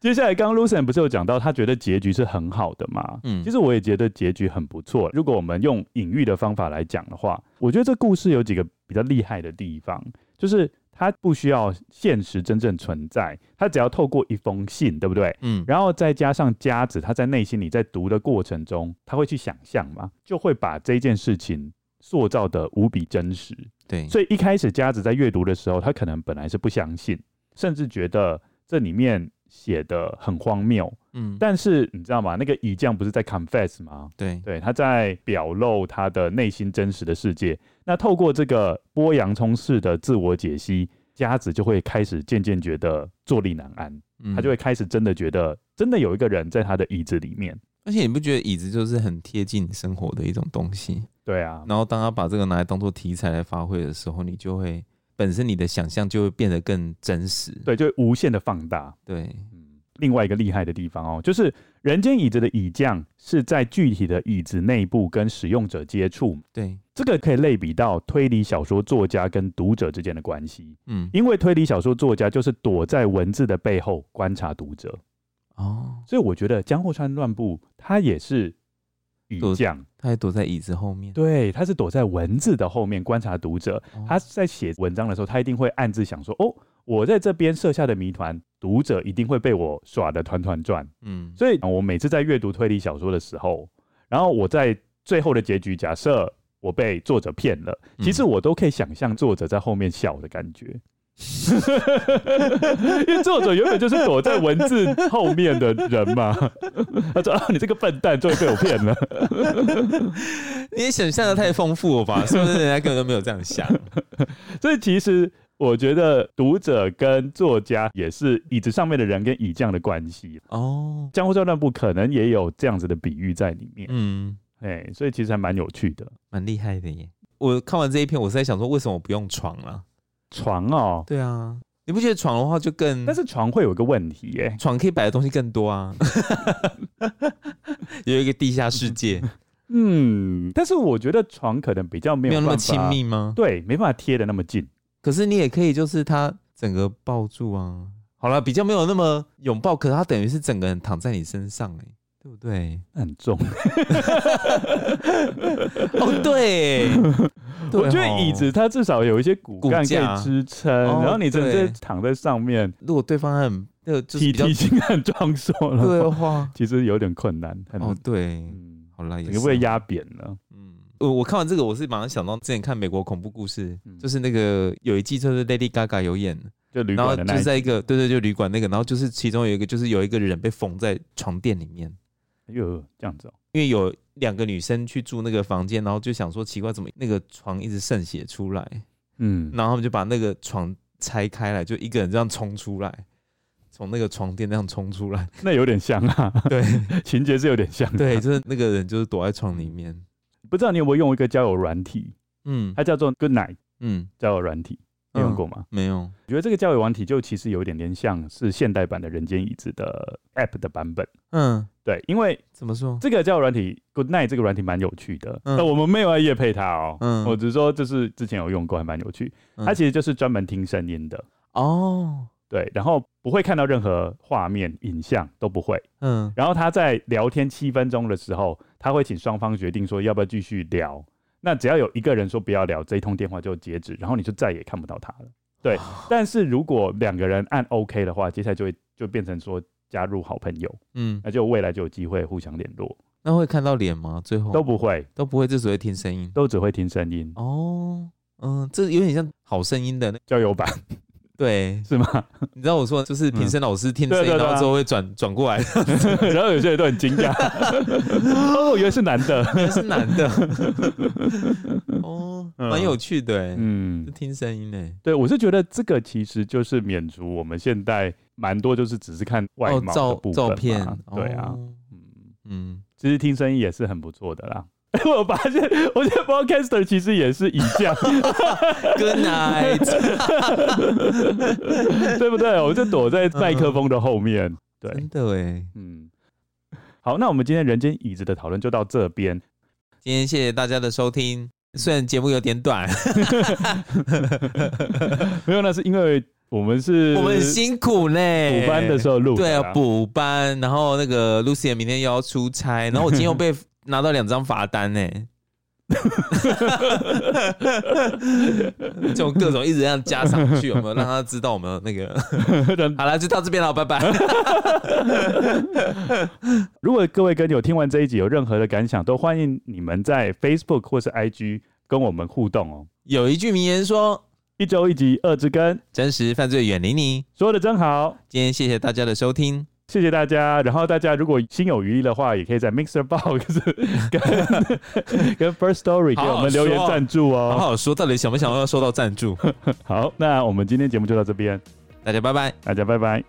Speaker 1: 接下来，刚刚 Lucian 不是有讲到，他觉得结局是很好的嘛？
Speaker 2: 嗯
Speaker 1: 其实我也觉得结局很不错。如果我们用隐喻的方法来讲的话，我觉得这故事有几个比较厉害的地方，就是它不需要现实真正存在，它只要透过一封信，对不对？
Speaker 2: 嗯，
Speaker 1: 然后再加上家子，他在内心里在读的过程中，他会去想象嘛，就会把这件事情塑造的无比真实。
Speaker 2: 对，
Speaker 1: 所以一开始家子在阅读的时候，他可能本来是不相信，甚至觉得这里面写的很荒谬。
Speaker 2: 嗯，
Speaker 1: 但是你知道吗？那个乙将不是在 confess 吗？
Speaker 2: 对，
Speaker 1: 对，他在表露他的内心真实的世界。那透过这个剥洋葱式的自我解析，家子就会开始渐渐觉得坐立难安，
Speaker 2: 嗯
Speaker 1: 他就会开始真的觉得真的有一个人在他的椅子里面。
Speaker 2: 而且你不觉得椅子就是很贴近你生活的一种东西？
Speaker 1: 对啊，
Speaker 2: 然后当他把这个拿来当做题材来发挥的时候，你就会本身你的想象就会变得更真实。
Speaker 1: 对，就会无限的放大。
Speaker 2: 对，
Speaker 1: 嗯，另外一个厉害的地方哦，就是人间椅子的椅匠是在具体的椅子内部跟使用者接触，
Speaker 2: 对，
Speaker 1: 这个可以类比到推理小说作家跟读者之间的关系，
Speaker 2: 嗯，
Speaker 1: 因为推理小说作家就是躲在文字的背后观察读者，
Speaker 2: 哦，
Speaker 1: 所以我觉得江户川乱步他也是椅
Speaker 2: 躲
Speaker 1: 匠，
Speaker 2: 他还躲在椅子后面。
Speaker 1: 对，他是躲在文字的后面观察读者，
Speaker 2: 哦
Speaker 1: 他在写文章的时候，他一定会暗自想说，哦，我在这边设下的谜团，读者一定会被我耍得团团转。
Speaker 2: 嗯，
Speaker 1: 所以呃我每次在阅读推理小说的时候，然后我在最后的结局，假设我被作者骗了，
Speaker 2: 嗯
Speaker 1: 其实我都可以想象作者在后面笑的感觉。 因为作者原本就是躲在文字后面的人嘛，他说啊，你这个笨蛋，终于被我骗了。
Speaker 2: 你也想象的太丰富了吧？是不是人家根本就没有这样想？
Speaker 1: 所以其实我觉得读者跟作家也是椅子上面的人跟椅匠的关系，
Speaker 2: 哦，
Speaker 1: 江户川乱步可能也有这样子的比喻在里面。
Speaker 2: 嗯，
Speaker 1: 哎、所以其实还蛮有趣的。
Speaker 2: 蛮厉害的耶。我看完这一篇，我是在想说，为什么我不用床啊？
Speaker 1: 床哦，
Speaker 2: 对啊，你不觉得床的话就更，
Speaker 1: 但是床会有一个问题耶、
Speaker 2: 床可以摆的东西更多 啊，有一个地下世界，
Speaker 1: 嗯，但是我觉得床可能比较没有
Speaker 2: 没有啊那么
Speaker 1: 办法
Speaker 2: 亲，密吗？
Speaker 1: 对，没办法贴的那么近。
Speaker 2: 可是你也可以，就是他整个抱住啊。好了，比较没有那么拥抱，可是他等于是整个人躺在你身上、欸，对不 对？
Speaker 1: 那 很重，
Speaker 2: 哦， 对，对哦
Speaker 1: 我觉得
Speaker 2: 吼
Speaker 1: 椅子它至少有一些骨
Speaker 2: 骨
Speaker 1: 干可
Speaker 2: 架
Speaker 1: 以支撑，
Speaker 2: 哦
Speaker 1: 然后你真
Speaker 2: 对
Speaker 1: 的躺在上面，
Speaker 2: 如果对方很那个就是
Speaker 1: 体
Speaker 2: 比较
Speaker 1: 体型很壮硕了，
Speaker 2: 对的话，
Speaker 1: 其实有点困难，很
Speaker 2: 哦，对，
Speaker 1: 嗯，
Speaker 2: 好了，也
Speaker 1: 整
Speaker 2: 是啊
Speaker 1: 个被压扁了。
Speaker 2: 嗯，我我看完这个，我是马上想到之前看美国恐怖故事，
Speaker 1: 嗯
Speaker 2: 就是那个有一季就是 Lady Gaga 有演，
Speaker 1: 就旅
Speaker 2: 然后
Speaker 1: 馆的
Speaker 2: 就
Speaker 1: 那
Speaker 2: 是
Speaker 1: 一
Speaker 2: 在一个对对，就旅馆那个，然后就是其中有一个就是有一个人被缝在床垫里面，
Speaker 1: 又这样子、哦，
Speaker 2: 因为有两个女生去住那个房间，然后就想说奇怪，怎么那个床一直渗血出来，
Speaker 1: 嗯，
Speaker 2: 然后他们就把那个床拆开来，就一个人这样冲出来，从那个床垫那样冲出 来，
Speaker 1: 那有点像啊，
Speaker 2: 对
Speaker 1: 情节是有点像、
Speaker 2: 对，，就是那个人就是躲在床里面，
Speaker 1: 不知道你有没有用一个交友软体，
Speaker 2: 嗯
Speaker 1: 它叫做 Good Night
Speaker 2: 嗯，
Speaker 1: 交友软体，你用过吗？
Speaker 2: 没有，
Speaker 1: 我觉得这个交友软体就其实有一点点像是现代版的《人间椅子》的 App 的版本。
Speaker 2: 嗯，
Speaker 1: 对，因为
Speaker 2: 怎么说？
Speaker 1: 这个交友软体 Good Night 这个软体蛮有趣的，
Speaker 2: 嗯
Speaker 1: 那、我们没有要夜配它哦，
Speaker 2: 嗯
Speaker 1: 我只是说就是之前有用过，还蛮有趣。
Speaker 2: 嗯
Speaker 1: 它其实就是专门听声音的，
Speaker 2: 哦，
Speaker 1: 对，然后不会看到任何画面、影像都不会。
Speaker 2: 嗯
Speaker 1: 然后他在聊天七分钟的时候，他会请双方决定说要不要继续聊。那只要有一个人说不要聊，这一通电话就截止，然后你就再也看不到他了。对，但是如果两个人按 OK 的话，接下来就会就变成说加入好朋友，
Speaker 2: 嗯，
Speaker 1: 那就未来就有机会互相联络，
Speaker 2: 那会看到脸吗？最后
Speaker 1: 都不会，
Speaker 2: 都不会，就只会听声音。
Speaker 1: 都只会听声音，
Speaker 2: 哦，嗯，这有点像好声音的那
Speaker 1: 交友版
Speaker 2: 对，
Speaker 1: 是吗？
Speaker 2: 你知道我说就是评审老师听声
Speaker 1: 嗯对
Speaker 2: 音，
Speaker 1: 对对啊
Speaker 2: 然后之后会转转过来，
Speaker 1: 然后有些人都很惊讶，哦，原来是男的，
Speaker 2: 是男 的。哦，
Speaker 1: 嗯
Speaker 2: 蛮有趣的欸，
Speaker 1: 嗯
Speaker 2: 就，听声音欸呢。
Speaker 1: 对我是觉得这个其实就是免除我们现在蛮多就是只是看外
Speaker 2: 哦，
Speaker 1: 貌的
Speaker 2: 照
Speaker 1: 部分嘛、
Speaker 2: 照片，
Speaker 1: 对啊，
Speaker 2: 哦
Speaker 1: 嗯，
Speaker 2: 嗯，
Speaker 1: 其实听声音也是很不错的啦。 我发现，我觉得 podcaster 其实也是一 样，
Speaker 2: Good night，
Speaker 1: 对不对？我就躲在麦克风的后面。对
Speaker 2: 嗯真，的哎。
Speaker 1: 嗯，好，那我们今天人间椅子的讨论就到这边。
Speaker 2: 今天谢谢大家的收听，虽然节目有点短，
Speaker 1: 没有，那是因为我们是
Speaker 2: 我们很辛苦呢。
Speaker 1: 补班的时候录的
Speaker 2: 对
Speaker 1: 啦，
Speaker 2: 啊，补班，然后那个 Lucy 明天又要出 差，然后我今天又被拿到两张罚单呢。 就各种一直让加上去，有没有让他知道我们那 个？好了，就到这边了，拜 拜。
Speaker 1: 如果各位跟友听完这一集有任何的感想，都欢迎你们在 Facebook 或是 IG 跟我们互动哦。
Speaker 2: 有一句名言说
Speaker 1: 一周一集，二之根，：“
Speaker 2: 真实犯罪远离你。
Speaker 1: 说的真好。”
Speaker 2: 今天谢谢大家的收听，
Speaker 1: 谢谢大家。然后大家如果心有余力的话，也可以在 Mixer Box 跟跟 First Story 给我们留言赞助
Speaker 2: 好
Speaker 1: 哦。
Speaker 2: 好说，到底 想不想要收到赞助？
Speaker 1: 好，那我们今天节目就到这边，
Speaker 2: 大家拜拜。
Speaker 1: 大家拜拜。